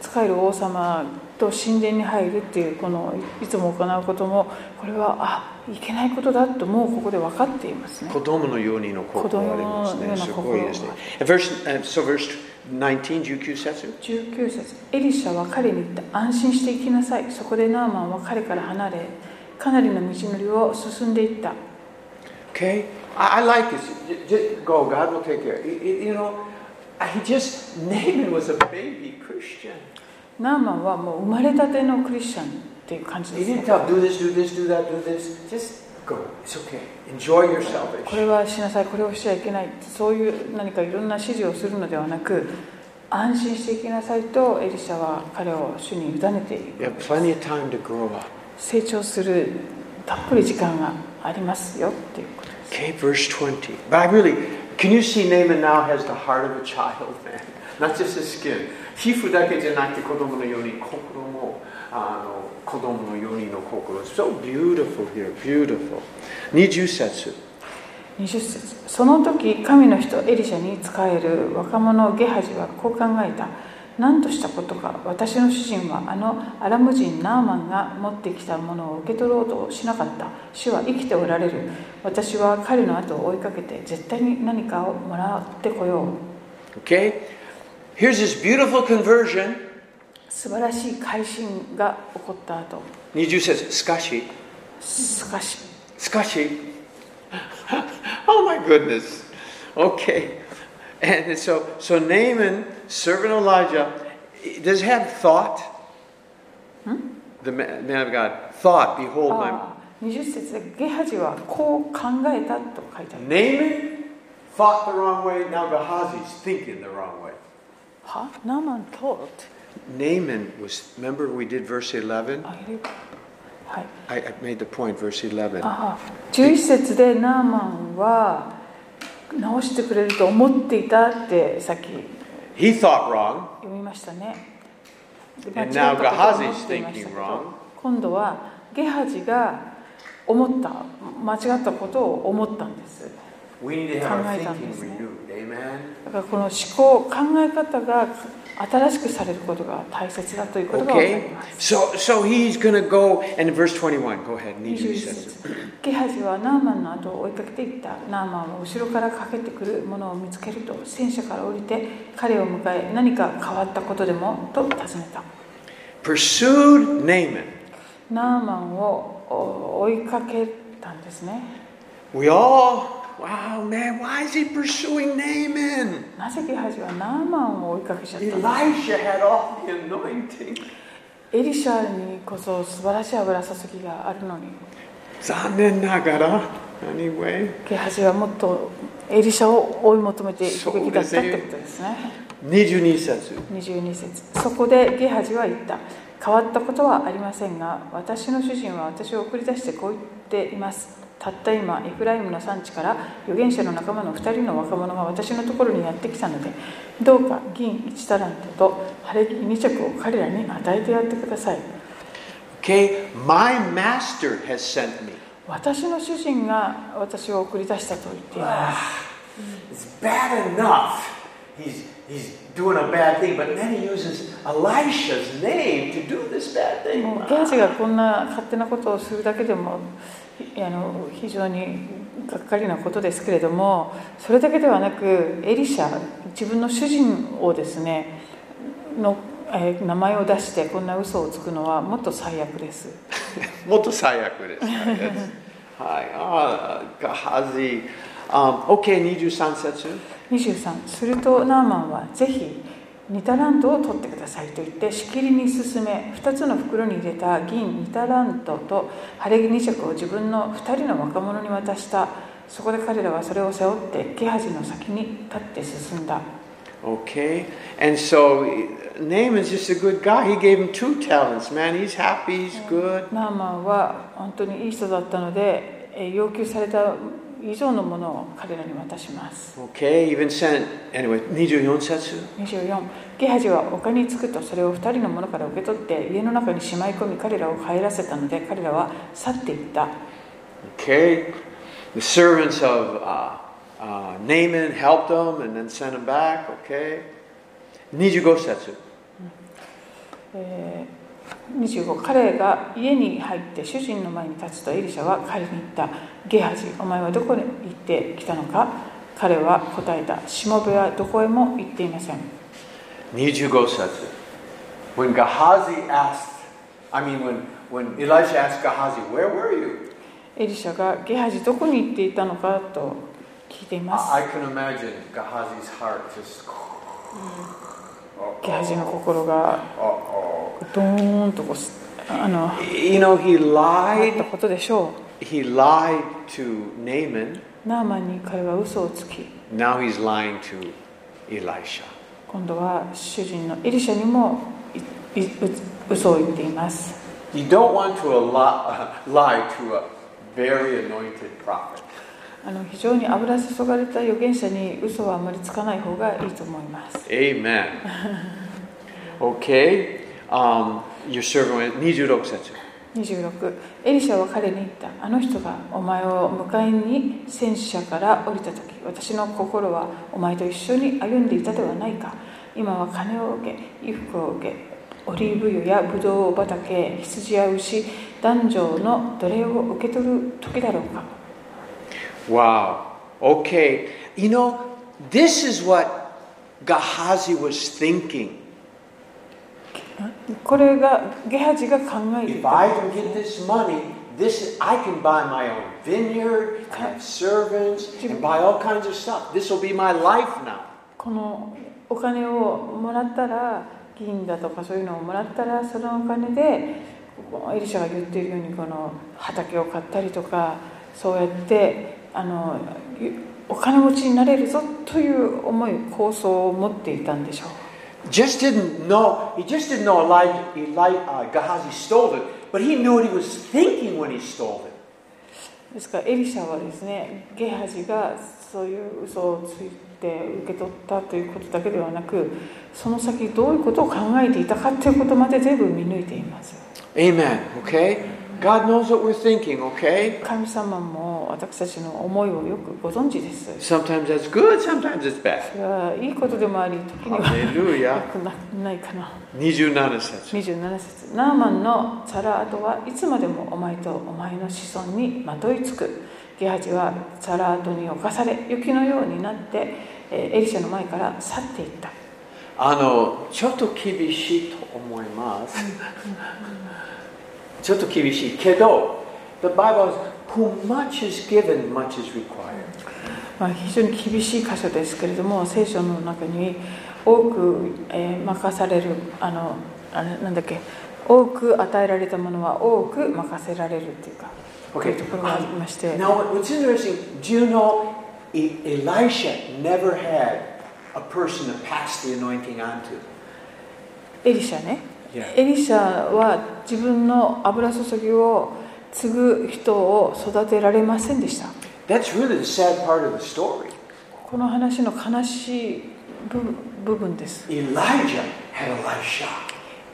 使える王様と神殿に入るっていうこのいつも行うこともこれはあいけないことだともうここで分かっていますね。子供のような心。
子供のようにの心がありますね。すごいですね。And verse, uh, so verse 19, 19節。
19節エリシャは彼に言った安心して行きなさいそこでナーマンは彼から離れかなりの道のりを進んでいった
Okay? I, I like this. J- j- go, God will take care. You- you- you know, I just, Naaman was a baby Christian.
ナーマンはもう生まれたてのクリスチャンっていう感じで
He
す
didn't
ね
tell, do this, do this, do that, do this. Just go. It's okay. Enjoy your
こ
salvation.
れはしなさいこれをしちゃいけないそういう何かいろんな指示をするのではなく安心していきなさいとエリシャは彼を主に委ねている
You have plenty of time to grow up.
成長するたっぷり時間がありますよっていうことです
Okay, verse 20. But I really, can you see Naaman now has the heart of a child, man? Not just his skin. uh, 皮膚だけじゃなくて子供のように心も、あの、子供のようにの心。It's So beautiful here, beautiful. 20節。
20節その時神の人エリシャに仕える若者ゲハジはこう考えた何としたことか私の主人はあのアラム人ナーマンが持ってきたものを受け取ろうとしなかった主は生きておられる私は彼の後を追いかけて絶対に何かをもらってこよう
Okay? Here's this beautiful conversion.
素晴らしい改心が起こった後
20節。しかし。
しかし
Scotchy. oh my goodness. Okay. And so, so Naaman, servant Elijah, does he have thought? The ma- man, of God. Thought, behold, my.
ああ20節でゲハジはこう考えたと書いてある
Naaman thought the wrong way, now Gehazi's thinking the wrong way.
はナーマン thought
Naaman was, remember we did verse 11?
あいるはい
I, I made the point, verse 11.
ああ11節でナーマンは直してくれると思っていたってさっき
He thought wrong.
読みましたね。で
And
間違っ
now
たことを思っていましたけ
Gehazi's thinking wrong.
ど今度はゲハジが思った間違ったことを思ったんです。
We need to have our thinking
考えたんですね。
renewed. Amen.
だからこの思考考え方が新しくされることが大切だということが分かり
Okay,
ます。
so so he's going to go, and in verse 21, go ahead,
21
Niju says,
節ゲハジはナーマンの後を追いかけていったナーマンは後ろからかけてくるものを見つけると戦車から降りて彼を迎え何か変わったことでもと尋ねた
pursued Naaman.
ナーマンをお追いかけたんですね
We all, wow, man, why is he pursuing Naaman?
なぜゲハジはナーマンを追いかけちゃったの
Elisha had all the anointing.
エリシャにこそ素晴らしい油注ぎがあるのに
残念ながら, anyway.
ゲハジはもっとエリシャを追い求めていくべきだった
そうですね
ってことですね
22節。
22節そこでゲハジは言った変わったことはありませんが私の主人は私を送り出してこう言っていますたった今エフライムの産地から預言者の仲間の2人の若者が私のところにやってきたのでどうか銀1タラントと晴れ着2着を彼らに与えてやってください
Okay, my master has sent me.
私の主人が私を送り出したと言っています
It's bad enough. He's, he's doing a bad thing, but then he uses Elisha's name to do this bad
もうゲハジがこんな勝手なことをするだけでもいあの非常にがっかりなことですけれどもそれだけではなくエリシャ自分の主人をですねの、えー名前を出してこんな嘘をつくのはもっと最悪です
uh, Um, もっと最悪です。はい。ああ、ガハジ。Um, okay, 23節。
23するとナーマンはぜひ2タラントを取ってくださいと言ってしきりに進め2つの袋に入れた銀2タラントと晴れ着2着を自分の2人の若者に渡したそこで彼らはそれを背負って木端の先に立って進んだ
Okay? And so Naaman's just a good guy. He gave him two talents, man. He's happy, he's good.
ナーマンは本当にいい人だったのでえー要求された以上のものを彼らに渡します
Okay, even sent, anyway, 24節
24ゲハジは丘に着くとそれを2人の者から受け取って家の中にしまい込み彼らを帰らせたので彼らは去っていった
Okay, the servants of uh, uh, Naaman helped him and then sent him back. Okay, 25節
えー25彼が家に入って主人の前に立つとエリシャは彼に言った「ゲハジお前はどこに行ってきたのか?」彼は答えた「しもべはどこへも行っていません」
25節 When Gehazi asked, I mean, when, when Elijah asked Gehazi, Where were you?
エリシャが「ゲハジどこに行っていたのか?」と聞いています
I, I can imagine Gehazi's heart just. Oh,
ゲハジの心が
oh,
ドーンとこうすあの
oh. You know, he
入った
lied.
ことでしょ
He lied to Naaman.
うナーマンに彼は嘘をつき
Now he's lying to Elisha.
今度は主人のエリシャにもいいう嘘を言っています
You don't want to a lie, lie to a very anointed prophet.
あの非常に油注がれた預言者に嘘はあまりつかない方がいいと思います。
Amen. okay. Um, your servant went, 26節
26エリシャは彼に言ったあの人がお前を迎えに戦車から降りた時私の心はお前と一緒に歩んでいたではないか今は金を受け衣服を受けオリーブ油やブドウ畑羊や牛男女の奴隷を受け取る時だろうか
Wow. Okay. You know, this is what Gehazi was thinking.
これがゲハジが考えてい
If
た
I can get this money, this I can buy my own vineyard, and have servants, and buy all kinds of stuff. This will be my life now.
このお金をもらったら銀だとかそういうのをもらったらそのお金でこうエリシャが言っているようにこの畑を買ったりとかそうやってあのゆお金持ちになれるぞという思い構想を持っていたんでしょう
Just didn't know. He just didn't know Elijah, Eli uh, Gehazi stole it, but he knew what he was thinking when he stole it.
ですからエリシャはですねゲハジがそういう嘘をついて受け取ったということだけではなくその先どういうことを考えていたかということまで全部見抜いています
Amen. Okay. God knows what we're thinking. Okay.
神様も私たちの思いをよくご存知です。
Sometimes that's good. Sometimes it's bad.
それはいいことでもあり、時には良
Hallelujah.
くなないかな。
27節
27節ナーマンのサラ跡はいつまでもお前とお前の子孫にまといつく。ゲハジはサラ跡に侵され、雪のようになって、えーエリシャの前から去っていった。
あのちょっと厳しいと思います。ちょっと厳しいけど、The Bible is, who much is given, much is required.
まあ、非常に厳しい箇所ですけれども聖書の中に多く、えー任されるあのあれなんだっけ多く与えられたものは多く任せられるっていうか、
Okay.
というところがありまして
Now, what- what's interesting, do you know E- Elisha never had a person to pass the anointing on to?
エリシャね
Yeah.
エリシャは自分の油注ぎを継ぐ人を育てられませんでした
That's really the sad part of the story.
この話の悲しい部部分です
Elijah had Elisha,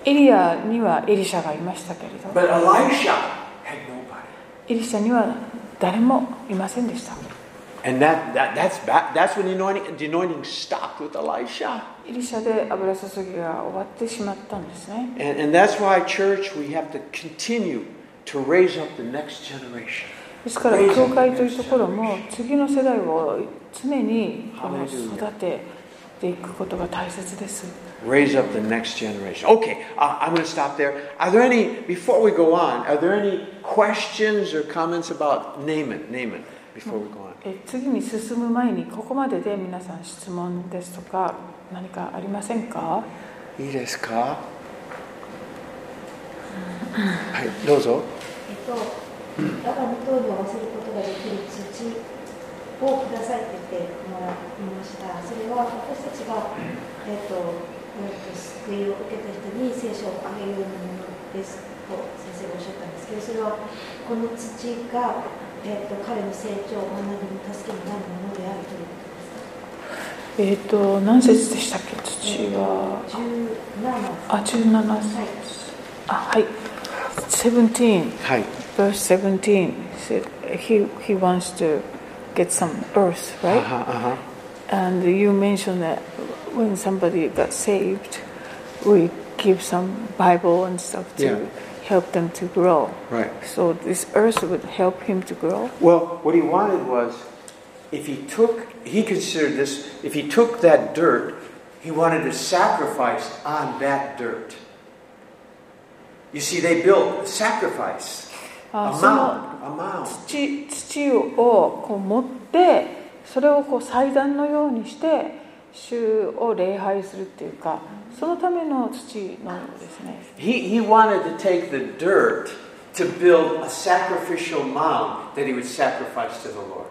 エリアにはエリシャがいましたけれど
but Elisha had nobody.
エリシャには誰もいませんでした
And that, that that's back, that's when the anointing, the anointing stopped with Elisha.
エリシャで油注ぎが終わってしまったんですね
And, and that's why, church, we have to continue to raise up the next generation.
ですから教会というところも次の世代を常にあの
Hallelujah.
育てていくことが大切です
Raise up the next generation. Okay, uh, I'm going to stop there. Are there any, before we go on, are there any questions or comments about Naaman? Naaman. before we go on?
え次に進む前にここまでで皆さん質問ですとか何かありませんか
いいですかはい、どうぞ。
えっと、我がの頭部を忘れることができる土をくださいって言ってもらいました。それは私たちが、えっと、えっと救いを受けた人に聖書をあげるようなものですと先生がおっしゃったんですけど、それはこの土が、えっと、彼の成長、学びの助けになるものであるということですか。
えっ、と何節でしたっけ土は
17。
あ17節あはい17
はい。
verse 17 said he he wants to get some earth
あは
right
は
and you mentioned that when somebody got saved we give some bible and stuff to
Yeah.
help them to grow
Right.
so this earth would help him to grow
Well, what he wanted was if he took, he considered this, if he took that dirt, he wanted to sacrifice on that dirt. You see, they built sacrifice,
あ
a
その
mound, a mound.
土土をこう持ってそれをこう祭壇のようにして主を礼拝するっていうかそのための土のようですね
He, he wanted to take the dirt to build a sacrificial mound that he would sacrifice to the Lord.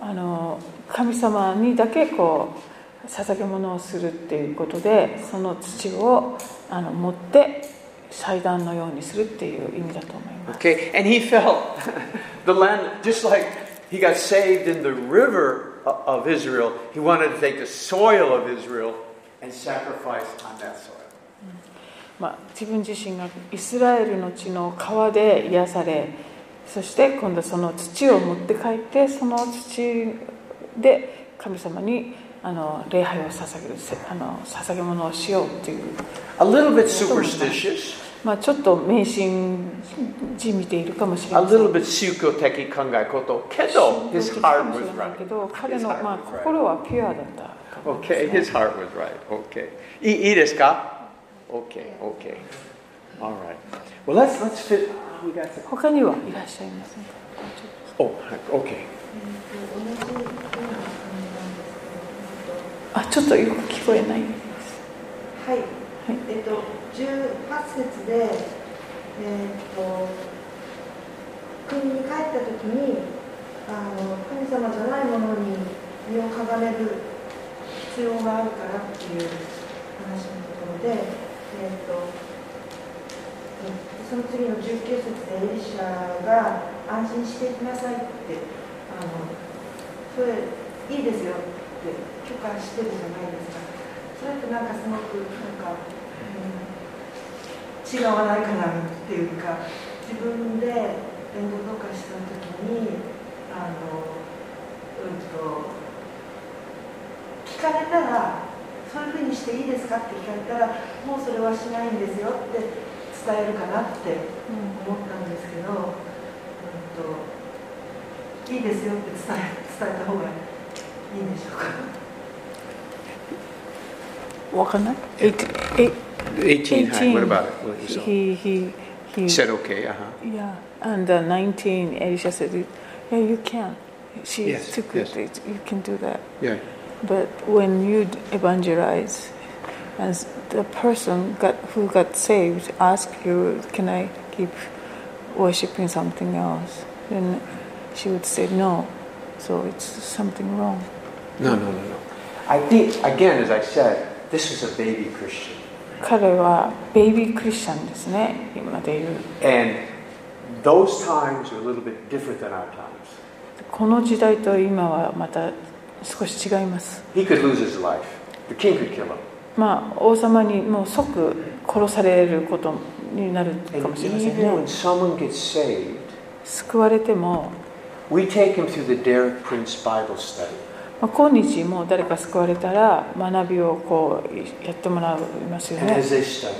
あの神様にだけこう捧げ物をするっていうことでその土をあの持って祭壇のようにするっていう意味だと思います
Okay, and he felt the land, just like he got saved in the river o- of Israel, he wanted to take the soil of Israel and sacrifice on that soil.
まあ、自分自身がイスラエルの地の川で癒されそして今度はその土を持って帰ってその土で神様にあの礼拝を捧げるせあの捧げ物をしようっていう
A little bit superstitious,
まあちょっと迷信じみているかもしれ
a
ません
little bit psychoteki kangaikoto,
神道
kedo,
的
his
か
heart
もし
was
れないけ
right.
ど彼
His
の
heart
まあ
was right.
心はピュアだったと思いますね
Okay, his heart was right. Okay. I- Ireska? Okay, okay. All right. Well, let's let's fit. We got some.
他にはいらっしゃいませんか
Oh, okay.
あちょっとよく聞こえないです
はい、えっと、18節で、えっと、国に帰った時にあの神様じゃないものに身をかがめる必要があるからっていう話のところで、えっとうんその次の19節でエリシャが安心していきなさいってあのそれいいですよって許可してるじゃないですかそれってなんかすごくなんか、うん、違わないかなっていうか自分で伝道とかした時にあのうんと聞かれたらそういうふうにしていいですかって聞かれたらもうそれはしないんですよって伝えるかなって思ったんですけど、うん、といいですよって伝え伝えた方がいいんでしょうか。
わかんない eight- eight-
18. hi, What about it? What you saw?
He, he, he,
He said okay. Uh huh.
yeah. And uh, 19, Elisha said, yeah, you can. She
Yes,
took
yes.
it. You can do that.
Yeah.
But when you evangelize, and the person got, who got saved ask you, can I keep worshiping something else? Then she would say no. So it's something wrong.
No, no, no, no. I think again, as I said, this was a baby Christian,
彼はベイビークリスチャンですね、今で言う。
and those times are a little bit different than our times.
この時代と今はまた少し違います。
He could lose his life. The king could kill him.
まあ、王様にもう即殺されることになる
And
かもしれません
even
ね。
when someone gets saved,
救われても、
we take him through the Derek Prince Bible study.
まあ、今日もう誰か救われたら学びをこうやってもらいますよ
And
ね。
as they study,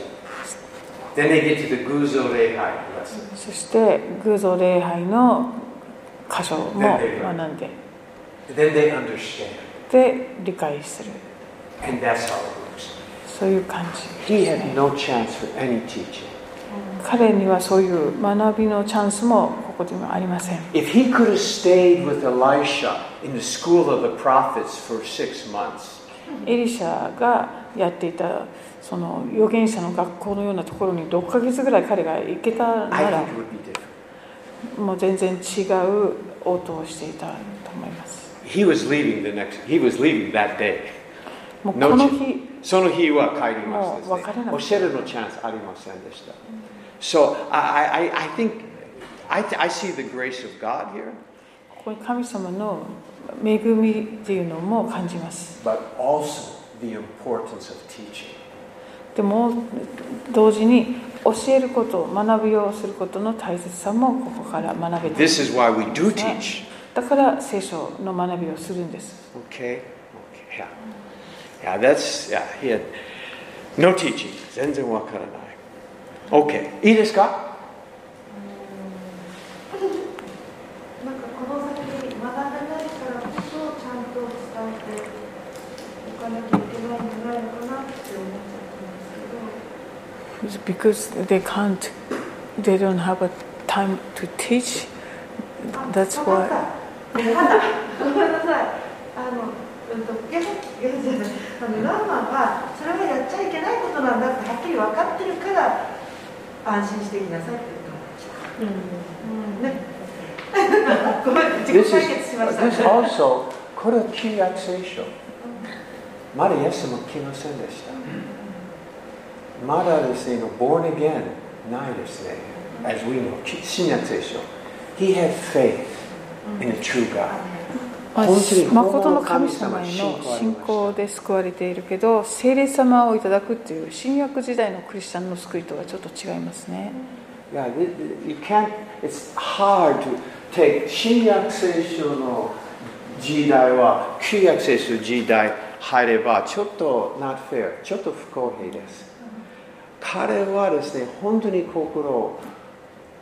then they get to the Guzo Reihai lesson.
そして偶像礼拝の箇所も学んで、
Then they understand.
で理解する。
And that's how it works.
そういう感じ
He
です
had
ね。
no chance for any teaching.
彼にはそういう学びのチャンスもここにはありません
If he could have stayed with Elisha in the school of the prophets for six months,
エリシャがやっていたその預言者の学校のようなところに6ヶ月ぐらい彼が行けた
I
なら
think it would be different.
もう全然違う応答をしていたと思います
He was leaving the next, he was leaving that day.
もうこ
No
の
change.
日
その日は帰りま
もう
すです、ね。
別れなかった
おしゃれのチャンスありませんでした。So I, I, I- I think I, I see the grace of God here,
ここに神様の恵みっていうのも感じます
but also the importance of teaching.
でも同時に教えること学びをすることの大切さもここから学べてい
This is why we do
ですね
teach.
だから聖書の学びをするんです
Okay. okay. Yeah. Yeah, that's yeah, he had no teaching. 全然わからない。Okay. いいですか
なんかこの先学べないからこそちゃんと伝えておかなきゃいけないんじゃないのかなって思っちゃったんですけど。
because they can't they don't have a time to teach that's
わか
why
ったただ、ごめんなさい。あの、うんと、ゲハゲハじゃない。あの、ラーマンは、それはやっちゃいけないことなんだって、はっきり分かってるから。安心していきなさいって言ったの。うん、ね。 ごめん、自己
This is,
解決しました。
this also, これは旧約聖書。まだイエスも来ませんでした。まだですね、born again ないですね。As we know, 新約聖書。He had faith in the true God.
まあ
本当に
誠の神様へ
信仰あり
の
ました
信仰で救われているけど聖霊様をいただくっていう新約時代のクリスチャンの救いとはちょっと違いますね
Yeah, th- th- you can't, it's hard to take 新約聖書の時代は旧約聖書時代入ればちょっと not fair、ちょっと不公平です。彼はですね、本当に心を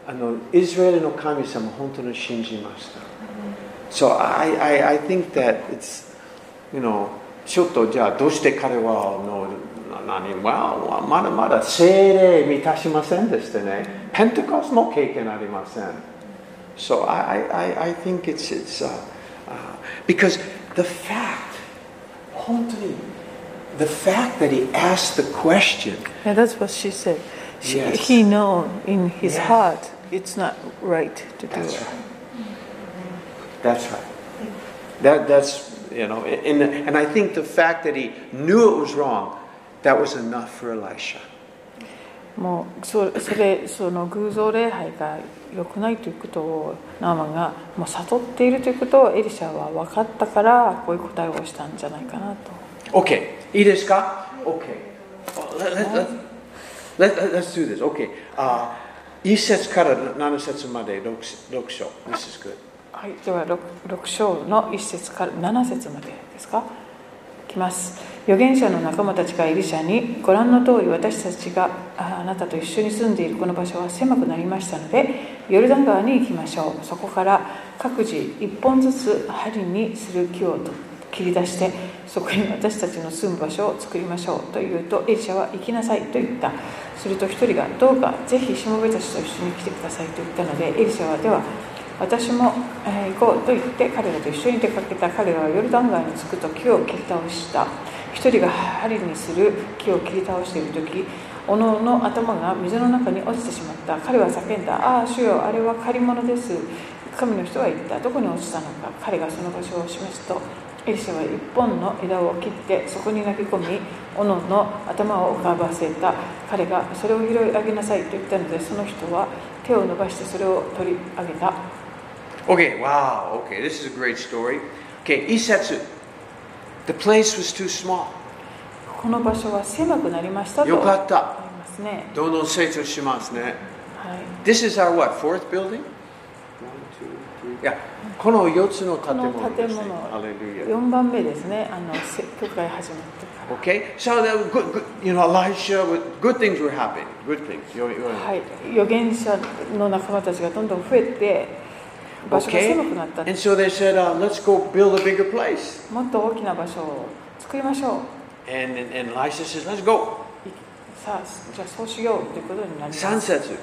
あのイスラエルの神様本当に信じました。So I, I, I think that it's, you know, ちょっとじゃあどうして彼はあのな何、まあ、まだまだ精霊満たしませんでしたね。ペンテコスも経験ありません。So I, I, I- I think it's, it's uh, uh, because the fact, 本当に the fact that he asked the question,
Yeah, that's what she said. She,
Yes.
He know in his
Yes.
heart it's not right to do
That's
it.
right. That's right. That, that's, you know, and, and I think the fact that he knew it was wrong, that was enough for Elisha.
もうそそれその偶像礼拝が良くないということをナーマンがもう悟っているということをエリシャは分かったからこういう答えをしたんじゃないかなと。
Okay, いいですか ?Okay. Oh, let, let, let, let, let, let's do this. Okay. Uh, 1節から7節まで 6, 6章。This is good.
はい、では 6, 章の1節から7節までですかいきます預言者の仲間たちがエリシャにご覧の通り私たちがああなたと一緒に住んでいるこの場所は狭くなりましたのでヨルダン川に行きましょうそこから各自1本ずつ針にする木をと切り出してそこに私たちの住む場所を作りましょうと言うとエリシャは行きなさいと言ったすると一人がどうかぜひしもべたちと一緒に来てくださいと言ったのでエリシャはでは私も、えー行こうと言って彼らと一緒に出かけた彼らはヨルダン川に着くと木を切り倒した一人が針にする木を切り倒している時おのおの頭が水の中に落ちてしまった彼は叫んだ「ああ主よあれは借り物です」神の人は言ったどこに落ちたのか彼がその場所を示すとエリシャは一本の枝を切ってそこに投げ込み斧の頭を浮かばせた彼がそれを拾い上げなさいと言ったのでその人は手を伸ばしてそれを取り上げた
Okay, wow. Okay, this is a great story. Okay, 1節。The place was too small.
この場所は狭くなりましたと
よか
あ
った。
りますね、
どんどん成長しますね。
はい、
This is our what? Fourth building? y e この4つの建物です、ね
この建。物
Hallelujah.
4番目ですねあのせ教会始まってから
Okay? So, that was good, good, you know, Elisha, was- good things were happening. Good things. You- you-
はい、預言者の仲間たちがどんどん増えて場所が
Okay?
狭くなった、
And so they said, uh, let's go build a bigger place.
もっと大きな場所を作りましょう
And, and, and Elisha says, let's go.
いさあじゃあそうしようということになります
Sansetsu,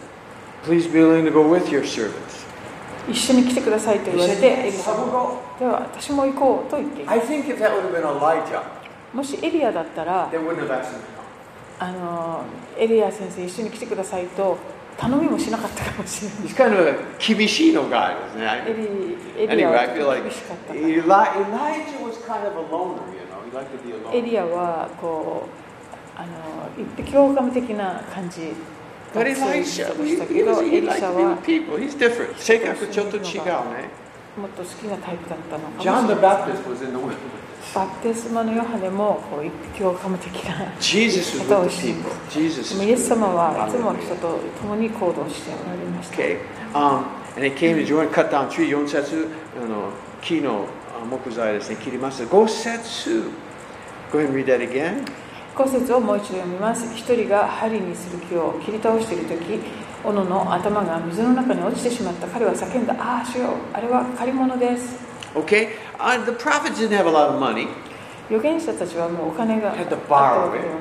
please be willing to go with your servants.
一緒に来てくださいと
He
言われ
said,
て、エ
yes,
リサ
I will
は
go.
では私も行こうと言っていた
I think if that would have been Elijah,
もしエリアだったら
they wouldn't have asked him to come.
あのエリア先生一緒に来てくださいと頼みもしなかったかもしれ
He's kind of a kibishino guy, isn't
ないエ
he?
リ
I-
エリア
Anyway,
は
I feel
ちょっ
like
と厳しかったから
Eli- Elijah was kind of a loner, you know. He liked to be
エ
alone.
リアはこうあの一匹狼的な感じ
But
そういう
Elijah,
人で
he,
した
he
け
was,
ど
he
エリシ
liked
ャ
to be
は
with people. He's different. 性格ちょっと違うね。
もっと好きなタイプだったのかもしれ
John the
ない
Baptist was in the wilderness.
バプテスマのヨハネもこう一匹狼 的な
Jesus was with the people. Jesus
で
was
もイエ
with
ス
the
様
people.
はいつも
Hallelujah.
人と共に行動しておられました
Okay. Um, and it came to Jordan, cut down tree, 4節あの木のあ木材ですね、切りました。5節 Go ahead and read that again.
骨折をもう一度読みます一人が針にする木を切り倒している時斧の頭が水の中に落ちてしまった彼は叫んだああ主よあれは借り物です
Okay. Uh, the prophets didn't have a lot of money.
預言者たちはもうお金があ
Had
っ
to
た
borrow
わけでは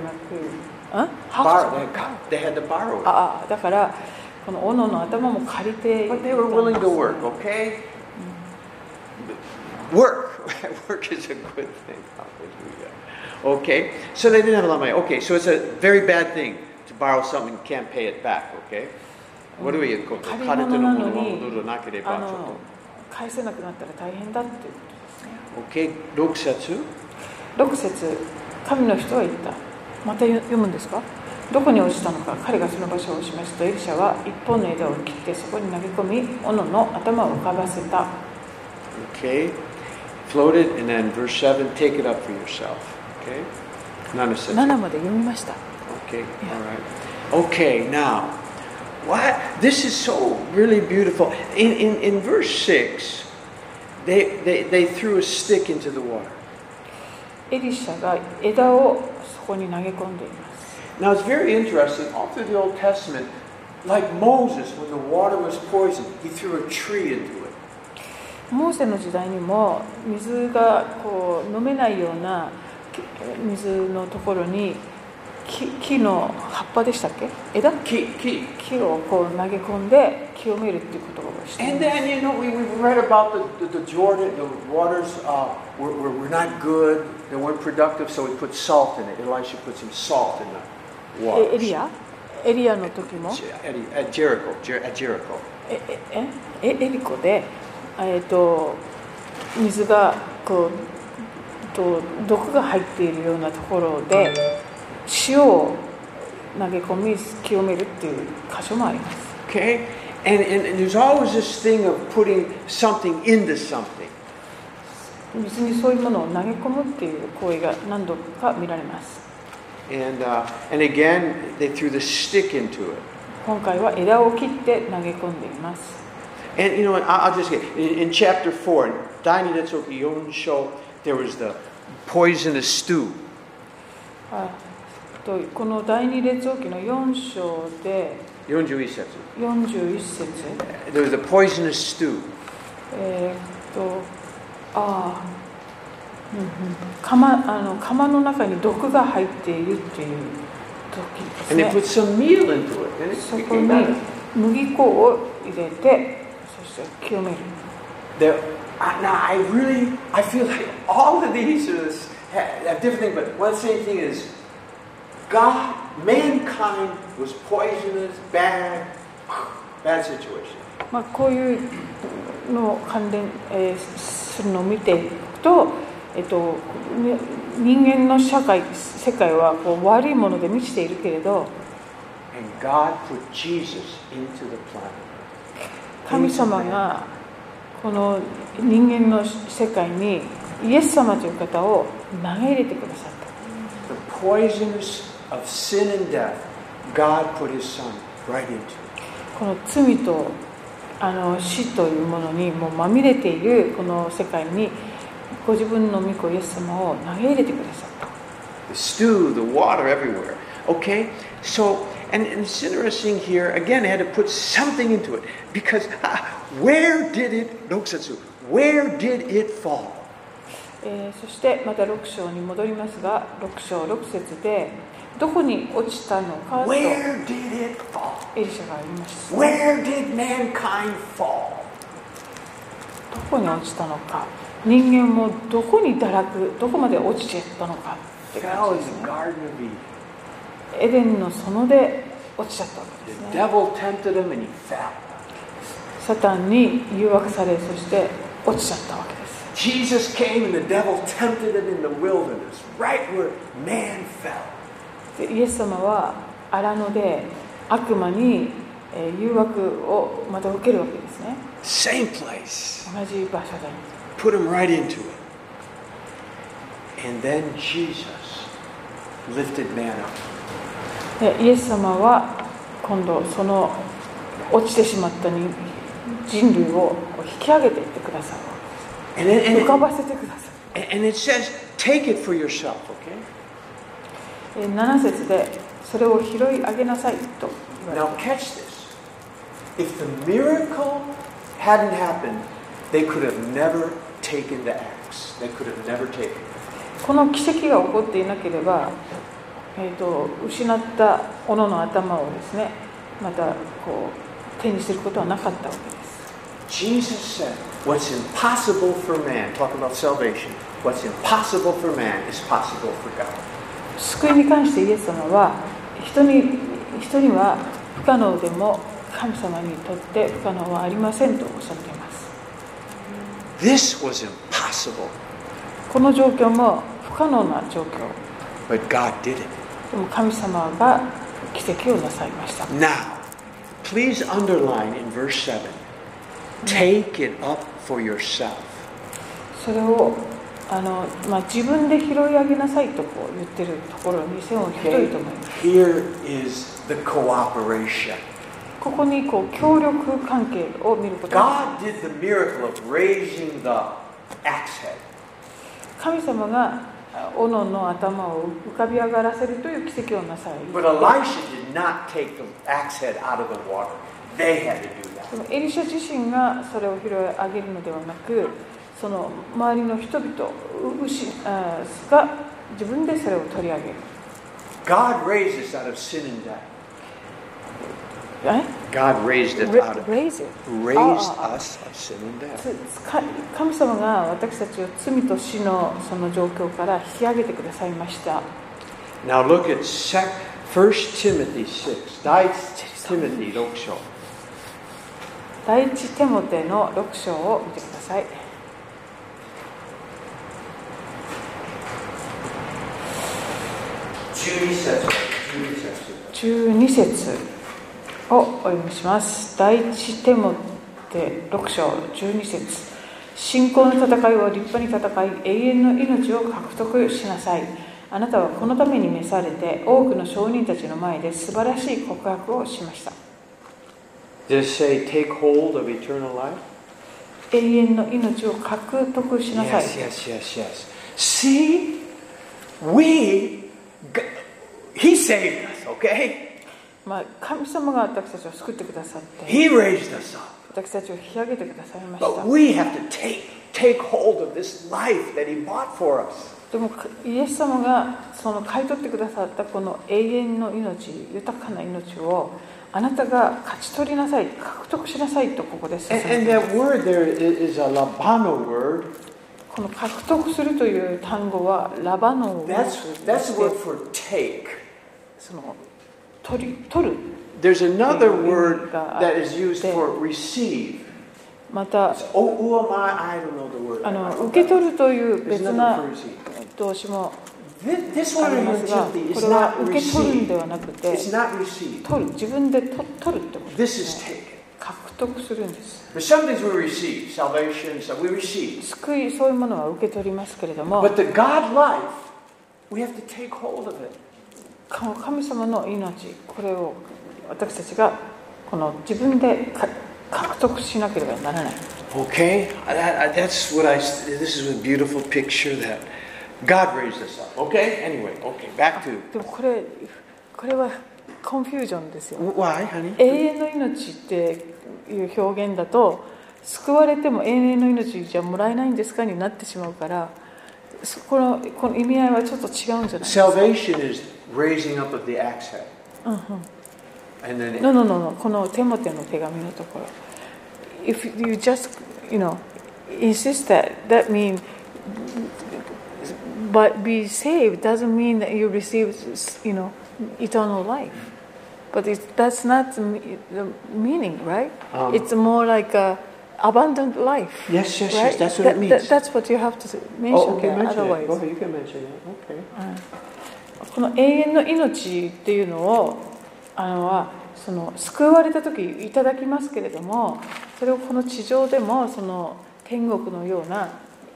なくあ
Borrow,
は
they, got- they had to borrow it.
ああだからこの斧の頭も借りて
But they were willing to work, okay? Work. work is a good thing. Hallelujah. Okay. So they didn't have a lot of money. Okay. So it's a very bad thing to borrow something and can't pay it back, okay? What do we こう
借り
金手のもの
物なのに
を戻らなければ
あ
ちょっと
の返せなくなったら大変だっていうことですね
Okay, 6節
6節神の人は言ったまた読むんですかどこに落ちたのか彼がその場所を示すとエリシャは一本の枝を切ってそこに投げ込み斧の頭を浮かばせた
Okay, float it, and then verse 7, take it up for yourself. Okay? 7
7
節
まで読みました
Okay,
Yeah.
all right. Okay, now, what? This is so really beautiful. In, in, in verse 6, they, they, they threw a stick into the water.
エリシャが枝をそこに投げ込んでいます
Now, it's very interesting. All through the Old Testament, like Moses, when the water was poisoned, he threw a tree into it.
モーセの時代にも水がこう飲めないようなき水のところに木木の葉っぱでしたっけ枝
Key, key.
木をこう投げ込んで清めるっていうことをしていま
And
す
then, you know, we, we read about the, the, the Jordan, the waters uh, were, were, were not good, they weren't productive, so he put salt in it. Elisha put some salt in the
え
water.
エリアエリアの時も
At, at Jericho, Jer- at Jericho.
ええええエリコで、えー、と水がこうと毒が入っているようなところで塩を投げ込み清めるっていう箇所もあります
Okay? And, and, and there's always this thing of putting something into something.
水にそういうものを投げ込むっていう行為が何度か見られます
And, uh, and again, they threw the stick into it.
今回は枝を切って投げ込んでいます
And you know, I- I'll just get in, in chapter 4, in Daini Netsuki Yonsho, there was the poisonous stew.
あとこの第二列王記の4章で
41節
41節
There was a poisonous stew.
えーっとああうんうん釜あの釜の中に毒が入っているっていう時
And
で
they
すね
put some meal into it. And
そ
it
こに
became better.
麦粉を入れてそして清める
There- I- Now, I really, I feel like all of these are this, ha- have different things, but one same thing is God, mankind was poisonous, bad, bad situation.
まあ、こういうのを関連、えーするのを見ていくと、えっと、ね人間の社会世界はこう悪いもので満ちているけれど
And God put Jesus into the planet.
神様がこの人間の世界にイエス様という方を投げ入れてくださった
The poisonous of sin and death, God put his son right into it.
この罪とあの死というものにもうまみれているこの世界にご自分の御子イエス様を投げ入れてくださった
the stew, the water everywhere. Okay? So, and, and it's interesting here, again, I had to put something into it because ah, where did it, Noksatsu, where did it fall?
えーそしてまた6章に戻りますが6章6節でどこに落ちたのかとエ
Where did it fall?
リシャが言いました
Where did mankind fall?
どこに落ちたのか人間もどこに堕落どこまで落ちちゃったのかって感
Fell in
じです
the
ね
Garden of Eden.
エデンの園で落ちちゃったわけです
The
ね
devil tempted him and he fell.
サタンに誘惑されそして落ちちゃったわけです
Jesus came and the devil tempted him in the wilderness, right where man fell.
でイエス様は荒野で悪魔にえー誘惑をまた受けるわけですね
Same place.
同じ場所で
Put him right into it. And then Jesus lifted man up.
でイエス様は今度その落ちてしまった人人類をこう引き上げていってくださ
And it,
い浮か
and,
ばせてください
it, and it says, take it for yourself, okay?
えー7節でそれを拾い上げなさいと言われ
Now
て
catch this. If the miracle hadn't happened, they could have never taken the axe. They could have never taken it.
この奇跡が起こっていなければ、えー、と失った斧の頭をですねまたこう手にすることはなかったわけです
Jesus said, what's impossible for man, talk about salvation, what's impossible for man is possible for God.
救いに関してイエス様は人に人には不可能でも神様にとって不可能はありませんとおっしゃっています
This was impossible,
この状況も不可能な状況
but God did it.
でも神様が奇跡をなさいました
Now, please underline in verse 7 take it up for yourself.
それをあの、まあ、自分で拾い上げなさいとこう言ってるところに線を引きといと思います
Here is the cooperation.
ここにこう協力関係を見ること
God did the miracle of raising the axe head.
神様があ斧の頭を浮かび上がらせるという奇跡をなさい
But Elisha did not take the axe head out of the water. They had to do
で
that.
もエリシャ自身がそれを拾い上げるのではなくその周りの人々う牛あーが自分でそれを取り上げる
God raised us out of sin and death.
え
God raised us out of
Raise it
raised
Ah.
us of sin and death.
つつか神様が私たちを罪と死のその状況から引き上げてくださいました
Now look at sec, 1 Timothy 6. 第一 Timothy 6章。
第一テモテの6章を見てください
12節。12節。
12節をお読みします第一テモテ6章12節信仰の戦いは立派に戦い永遠の命を獲得しなさいあなたはこのために召されて多くの証人たちの前で素晴らしい告白をしました
Did it say take hold of eternal life?
永遠の命を獲得しなさい、
Yes, yes, yes, yes. See, we, g- He saved us, okay?
まあ、神様が私たちを救ってくださって、
He raised us up.
私たちを引き上げてくださいました。
But we have to take, take hold of this life that He bought for us.
でも、イエス様がその買い取ってくださったこの永遠の命、豊かな命を、あなたが勝ち取りなさい、獲得しなさいとここで
A-
進
And,
んでいま
that
す
word there i- is a Labano word.
この獲得するという単語は、ラバノを
That's,
で
that's the word for take.
その取り取る、
There's another word that is used for receive.
また
It's o- uamai, I don't know the word.
あの受け取るという
There's
別
another
な
for receive.
動詞も
This, this
あ
one
り
in
ますが、
Timothy
こ
is
れは
not
受け取るん
received.
ではなくて、
It's not received.
取る自分で取取るってことで
This
す、
is
ね、
taken.
獲得するんです
There's some things we receive, salvation, so we receive.
救いそういうものは受け取りますけれども
But the God life, we have to take hold of it.
か神様の命これを私たちがこの自分でか獲得しなければならない
Okay, I- I- I- that's what I. This is a beautiful picture that God raised us up. Okay. Anyway, okay. Back to
でもこれこれはコンフュージョンですよ
why, honey?
永遠の命っていう表現だと救われても永遠の命じゃもらえないんですかになってしまうからそこのこの意味合いはちょっと違うんじゃないですか
Salvation is raising up of the axe head. And then it,
No, no, no, no. このテモテの手紙のところ。If you just, you know, insist that, that mean, but be saved doesn't mean that you receive, you know, eternal life. But it's, that's not the me- the meaning, right?
Um,
it's more like a abundant life.
Yes, yes, yes,
right?
that's what it means.
that's what you have to say- mention
oh, okay,
there,
mention it.
otherwise.
Go ahead, you can mention it. Okay.
この永遠の命っていうのをあのはその救われた時いただきますけれどもそれをこの地上でもその天国のような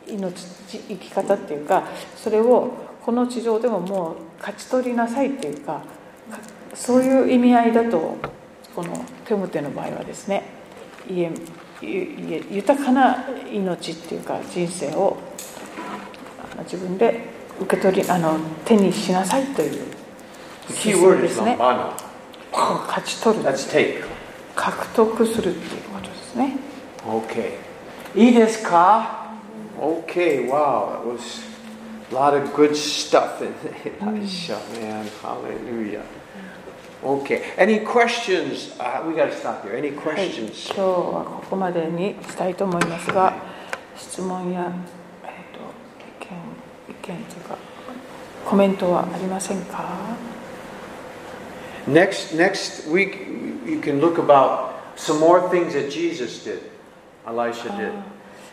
命じ生き方っていうかそれをこの地上でももう勝ち取りなさいっていうかかそういう意味合いだとこのテモテの場合はですねいえいえ豊かな命っていうか人生をあの自分で受け取りあの手にしなさいという
The key word
で
is
すね
lambano.
こう勝ち取る
That's take.
獲得するっていうことですね
Okay. いいですか Okay, wow, that was a lot of good stuff in Elisha, man. Hallelujah. Okay, any questions? Uh, we got to stop here. Any
はい、今
questions?
日はここまでにしたいと思いますが質問や、えー、と意見意見というかコメントはありませんか
Next, next week, you can look about some more things that Jesus did, Elisha did.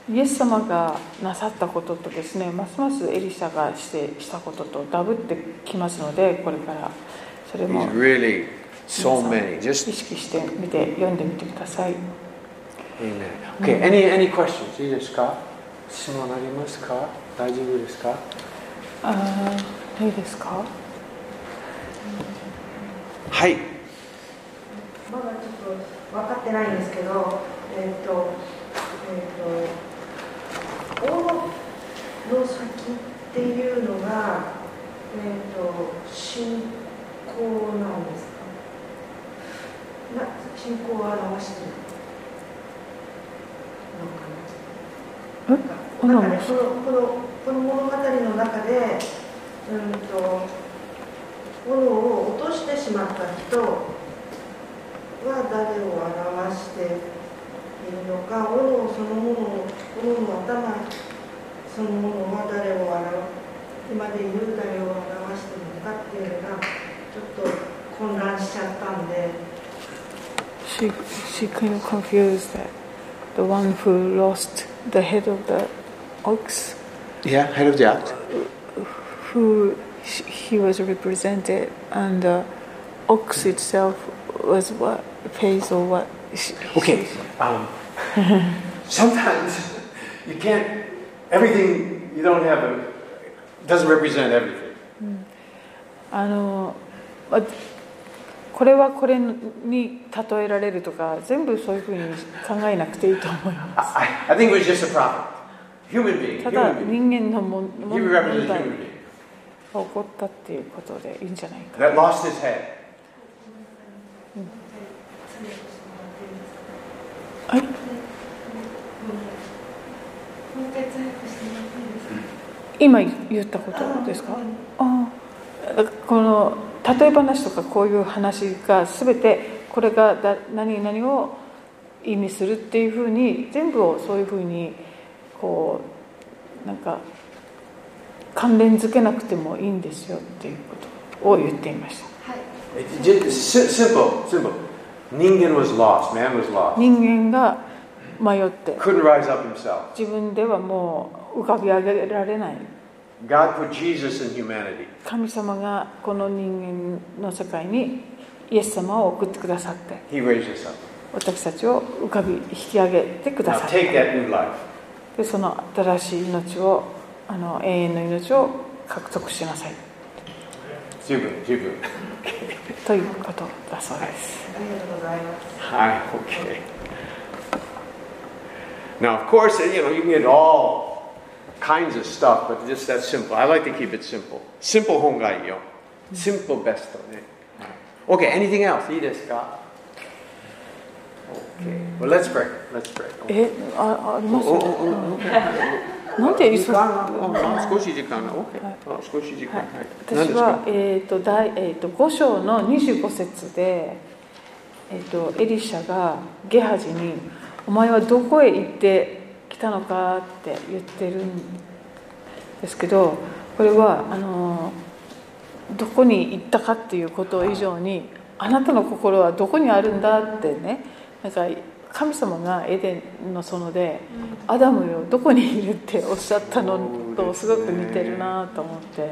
イエス様がなさったこととですねますますエリシャがしてしたこととダブってきますのでこれからそれも
He's really
皆
so
さん
many.
意
Just
識してみて読んでみてください
amen. Okay, any any questions? いいですか質問ありますか大丈夫ですか
あーいいですか
はい。
まだちょっと分かってないんですけど、えっ、と、えっ、と、王の先っていうのが、えっ、と、信仰なんですかな信仰を表してるのかななんかね、このこのこの物語の中で、うんと、斧を落としてしまった人、は誰を表しているのか、斧そのものを、斧の頭そのものは誰を表今で言う誰を表しているのかっていうのが、ちょっと混乱しちゃったんで、
She, she kind of confused that the one who lost the head of the ox,
Yeah, head of the act.
who sh- he was represented, and the ox itself was what pays or what. She,
Okay. Um, sometimes you can't. Everything you don't have a, doesn't represent everything.
あのまこれはこれに例えられるとか全部そういうふうに考えなくていいと思います。
I, I, I think it was just a prophet, human being.
ただ
Human being.
人間のもん
He
問題
represented a
が
human being
起こったっていうことでいいんじゃないか。
that lost his head.
はい。
もう一回再復してもらっていいですか
今言ったことですかああこの例え話とかこういう話が全てこれがだ何々を意味するっていうふうに全部をそういうふうにこうなんか関連づけなくてもいいんですよっていうことを言っていました
It, just, si- simple, simple. Ningen was lost. Man was lost.
人間が迷って
Couldn't rise up himself.
自分ではもう浮かび上げられない
God put Jesus in humanity.
神様がこの人間の世界にイエス様を送ってくださって
He raised us up.
私たちを浮かび引き上げてくだ
Now
さっ
take
た
that new life.
でその新しい命をあの永遠の命を獲得しなさい
Super, super.
ということだそうです
ありがとうございます。
Hi, okay. Now, of course, you know, you can get all kinds of stuff, but just that simple. I like to keep it simple. Simple hongaiyo. Simple besto. ne? Okay, anything else? いいですか? Okay. Well, let's pray. Let's Oh, pray.
えああります
おおお
なんでいそう
oh, 時間が、あ、少し時間が。Okay. Oh, あ、少し時間。
はい
はい。
私は、えーと第えー、と5章の25節で、えー、とエリシャがゲハジに「お前はどこへ行ってき来たのかって言ってるんですけどこれはあのどこに行ったかっていうこと以上にあなたの心はどこにあるんだってねなんか神様がエデンの園で「アダムよどこにいる?」っておっしゃったのとすごく似てるなと思って、
そ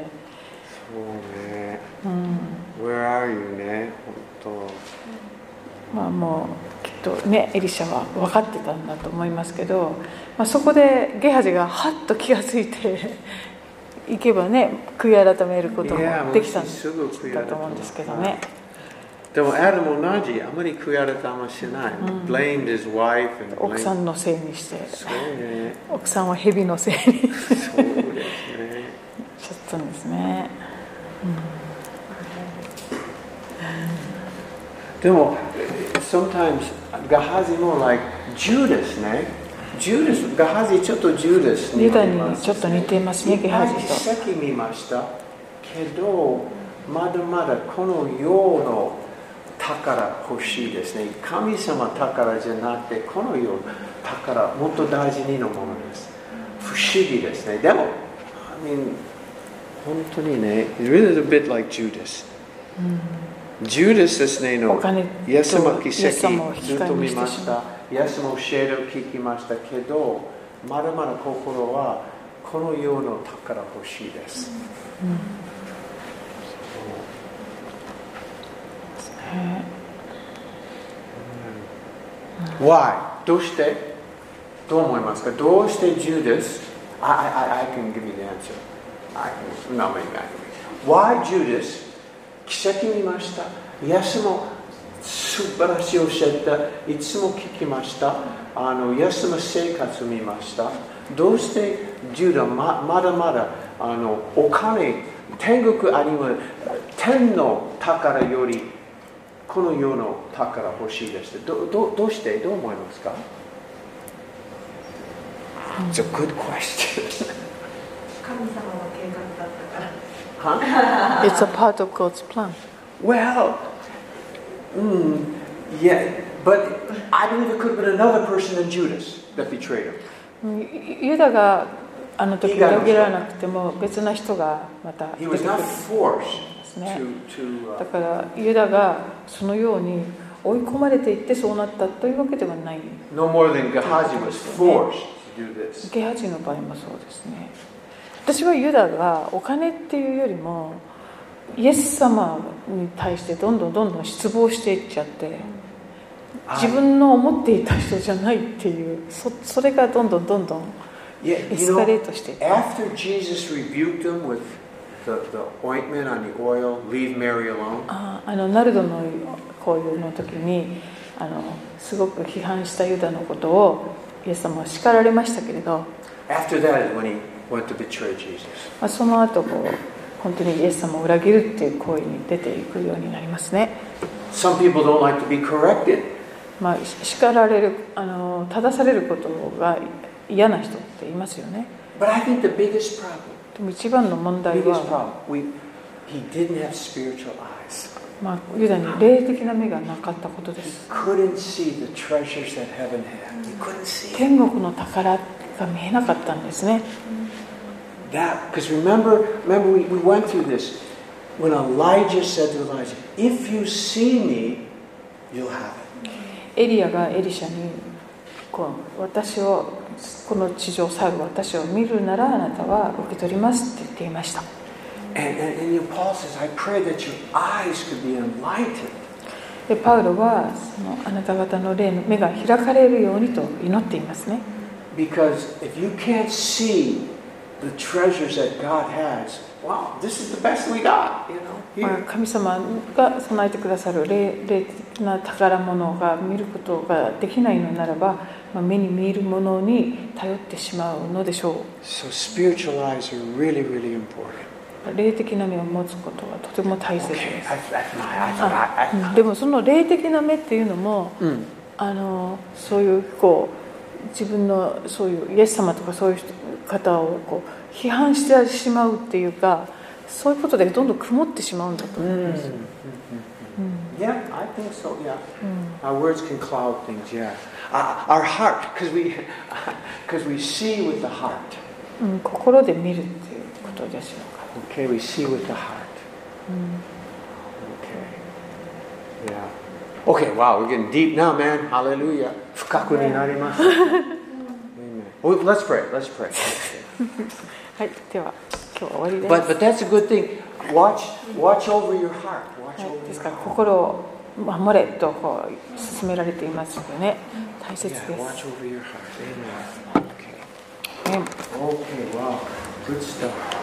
うね。
うん、
Oh, Where are you ね。本
まあもうきっとねエリシャは分かってたんだと思いますけど、まあ、そこでゲハジがハッと気が付いて 行けばね悔い改める
当。
ことも
いやもう
できたん
すぐ悔い
だ
改め
と思うんですけどね。
でもアダムも同じ。あまり悔い改めしない。blamed his wife and blamed-
奥さんのせいにして
そうね。
奥さんは蛇のせいにし
そうですね。
ちゃったんですね。
でも、sometimes ガハジも like ジューデスね。ジューデス、ガハジちょっとジューデス
ユダにちょっと似てますね
いっ
ゲ
ぱ
ハ
い
ジと。
奇跡見ましたけど、まだまだこの世の宝欲しいですね。神様宝じゃなくて、この世の宝、もっと大事にのものです。不思議ですね。でも、I mean, 本当にね、it's really a bit like Judas。Judas ですねの
お金と
イエス様奇
イエス様を
跡
引き
ずっと
換えに
見
し
ま
てし
した
ま。
イエスの教えを聞きましたけど、まだまだ心はこの世の宝欲しいです。
う。ね
Why? どうしてどう思いますかどうしてジューデス I, I, I can give you the answer. I can, no, maybe I can. Why Judas? 奇跡見ました。イエスも素晴らしい教えた。いつも聞きました。あのイエスの生活見ました。どうしてジュダままだまだあのお金、天国あるいは天の宝よりこの世の宝欲しいですどどどうしてどう思いますか It's a good question.
神様の計画だったか ら
huh?
It's a part of God's plan.
Well, mm, yeah, but I believe it could have been another person than Judas that betrayed him.
うんユダがあの時
以外の
裏
人
切らなくても別な人がまた出
He
てくる
was
ん
not
で
forced
すね。
to. to
だ
uh,
からユダがそのように追い込まれていってそうなったというわけではない。
no more than Gehazi was forced to do this.
ゲハジの場合もそうですね。私はユダがお金っていうよりもイエス様に対してどんどんどんどん失望していっちゃって
Ah,
自分の思っていた人じゃないっていうそそれがどんどんどんどん
Yeah,
エ
you
スカ
know,
レートしていった。
After Jesus rebuked him with the, the ointment on the oil, leave Mary alone,
ああのナルドの交流の時にあのすごく批判したユダのことをイエス様は叱られましたけれど、ま
after that is when he went to betray Jesus.
あ、その後こう本当にイエス様を裏切るっていう行為に出ていくようになりますね、
Some people don't like to be corrected.
まあ、し叱られるあの正されることが嫌な人っていますよね
But I think the biggest problem,
でも一番の問
the
題
biggest
は、
problem, we, he didn't have spiritual eyes.
まあ、ユダに霊的な目がなかったことで
He
す
couldn't see the treasures that heaven had. He couldn't see it.
天国の宝が見えなかったんですね
That, because remember, remember we, we went through this. When Elijah said to Elijah, if you see me, you'll have it.
エリアがエリシャにこう私をこの地上最後私を見るならあなたは受け取りますって言っていました
And, and, and you know, Paul says, I pray that your eyes could be enlightened.
でパウロはそのあなた方の霊の目が開かれるようにと祈っていますね
Because if you can't see the treasures that God has, wow, this is the best we got, you know?
まあ
Here.
神様が備えてくださる霊霊的な宝物が見ることができないのならば、まあ目に見えるものに頼ってしまうのでしょ
So spiritual eyes are really, really important.
う霊的な目を持つことはとても大切です
Okay, I, I, I,
あ
I, I,
でもその霊的な目っていうのも
Mm.
あのそういうこう自分のそういうイエス様とかそういう人方をこう批判してしまうっていうかそういうことでどんどん曇ってしまうんだと思います、
Mm. Yeah, I think so, yeah. Our words can cloud things, yeah. Uh, our heart, because we, Because we see with the heart.
うん、心で見るっていうことでしょうか。
Okay, we see with the heart.
うん
Okay. Yeah. Okay, wow, we're getting deep now, man. Hallelujah. 深くになります。Amen. Well, let's pray. Let's pray.
はい、では今日は終わりです。
But but that's a good thing. Watch watch over your heart. Watch
はい、
over
です
your
から
heart.
心を守れとこう勧められていますのでね、大切です。
Yeah, watch over your heart. Amen. Okay.
ね
Okay, wow. Good stuff.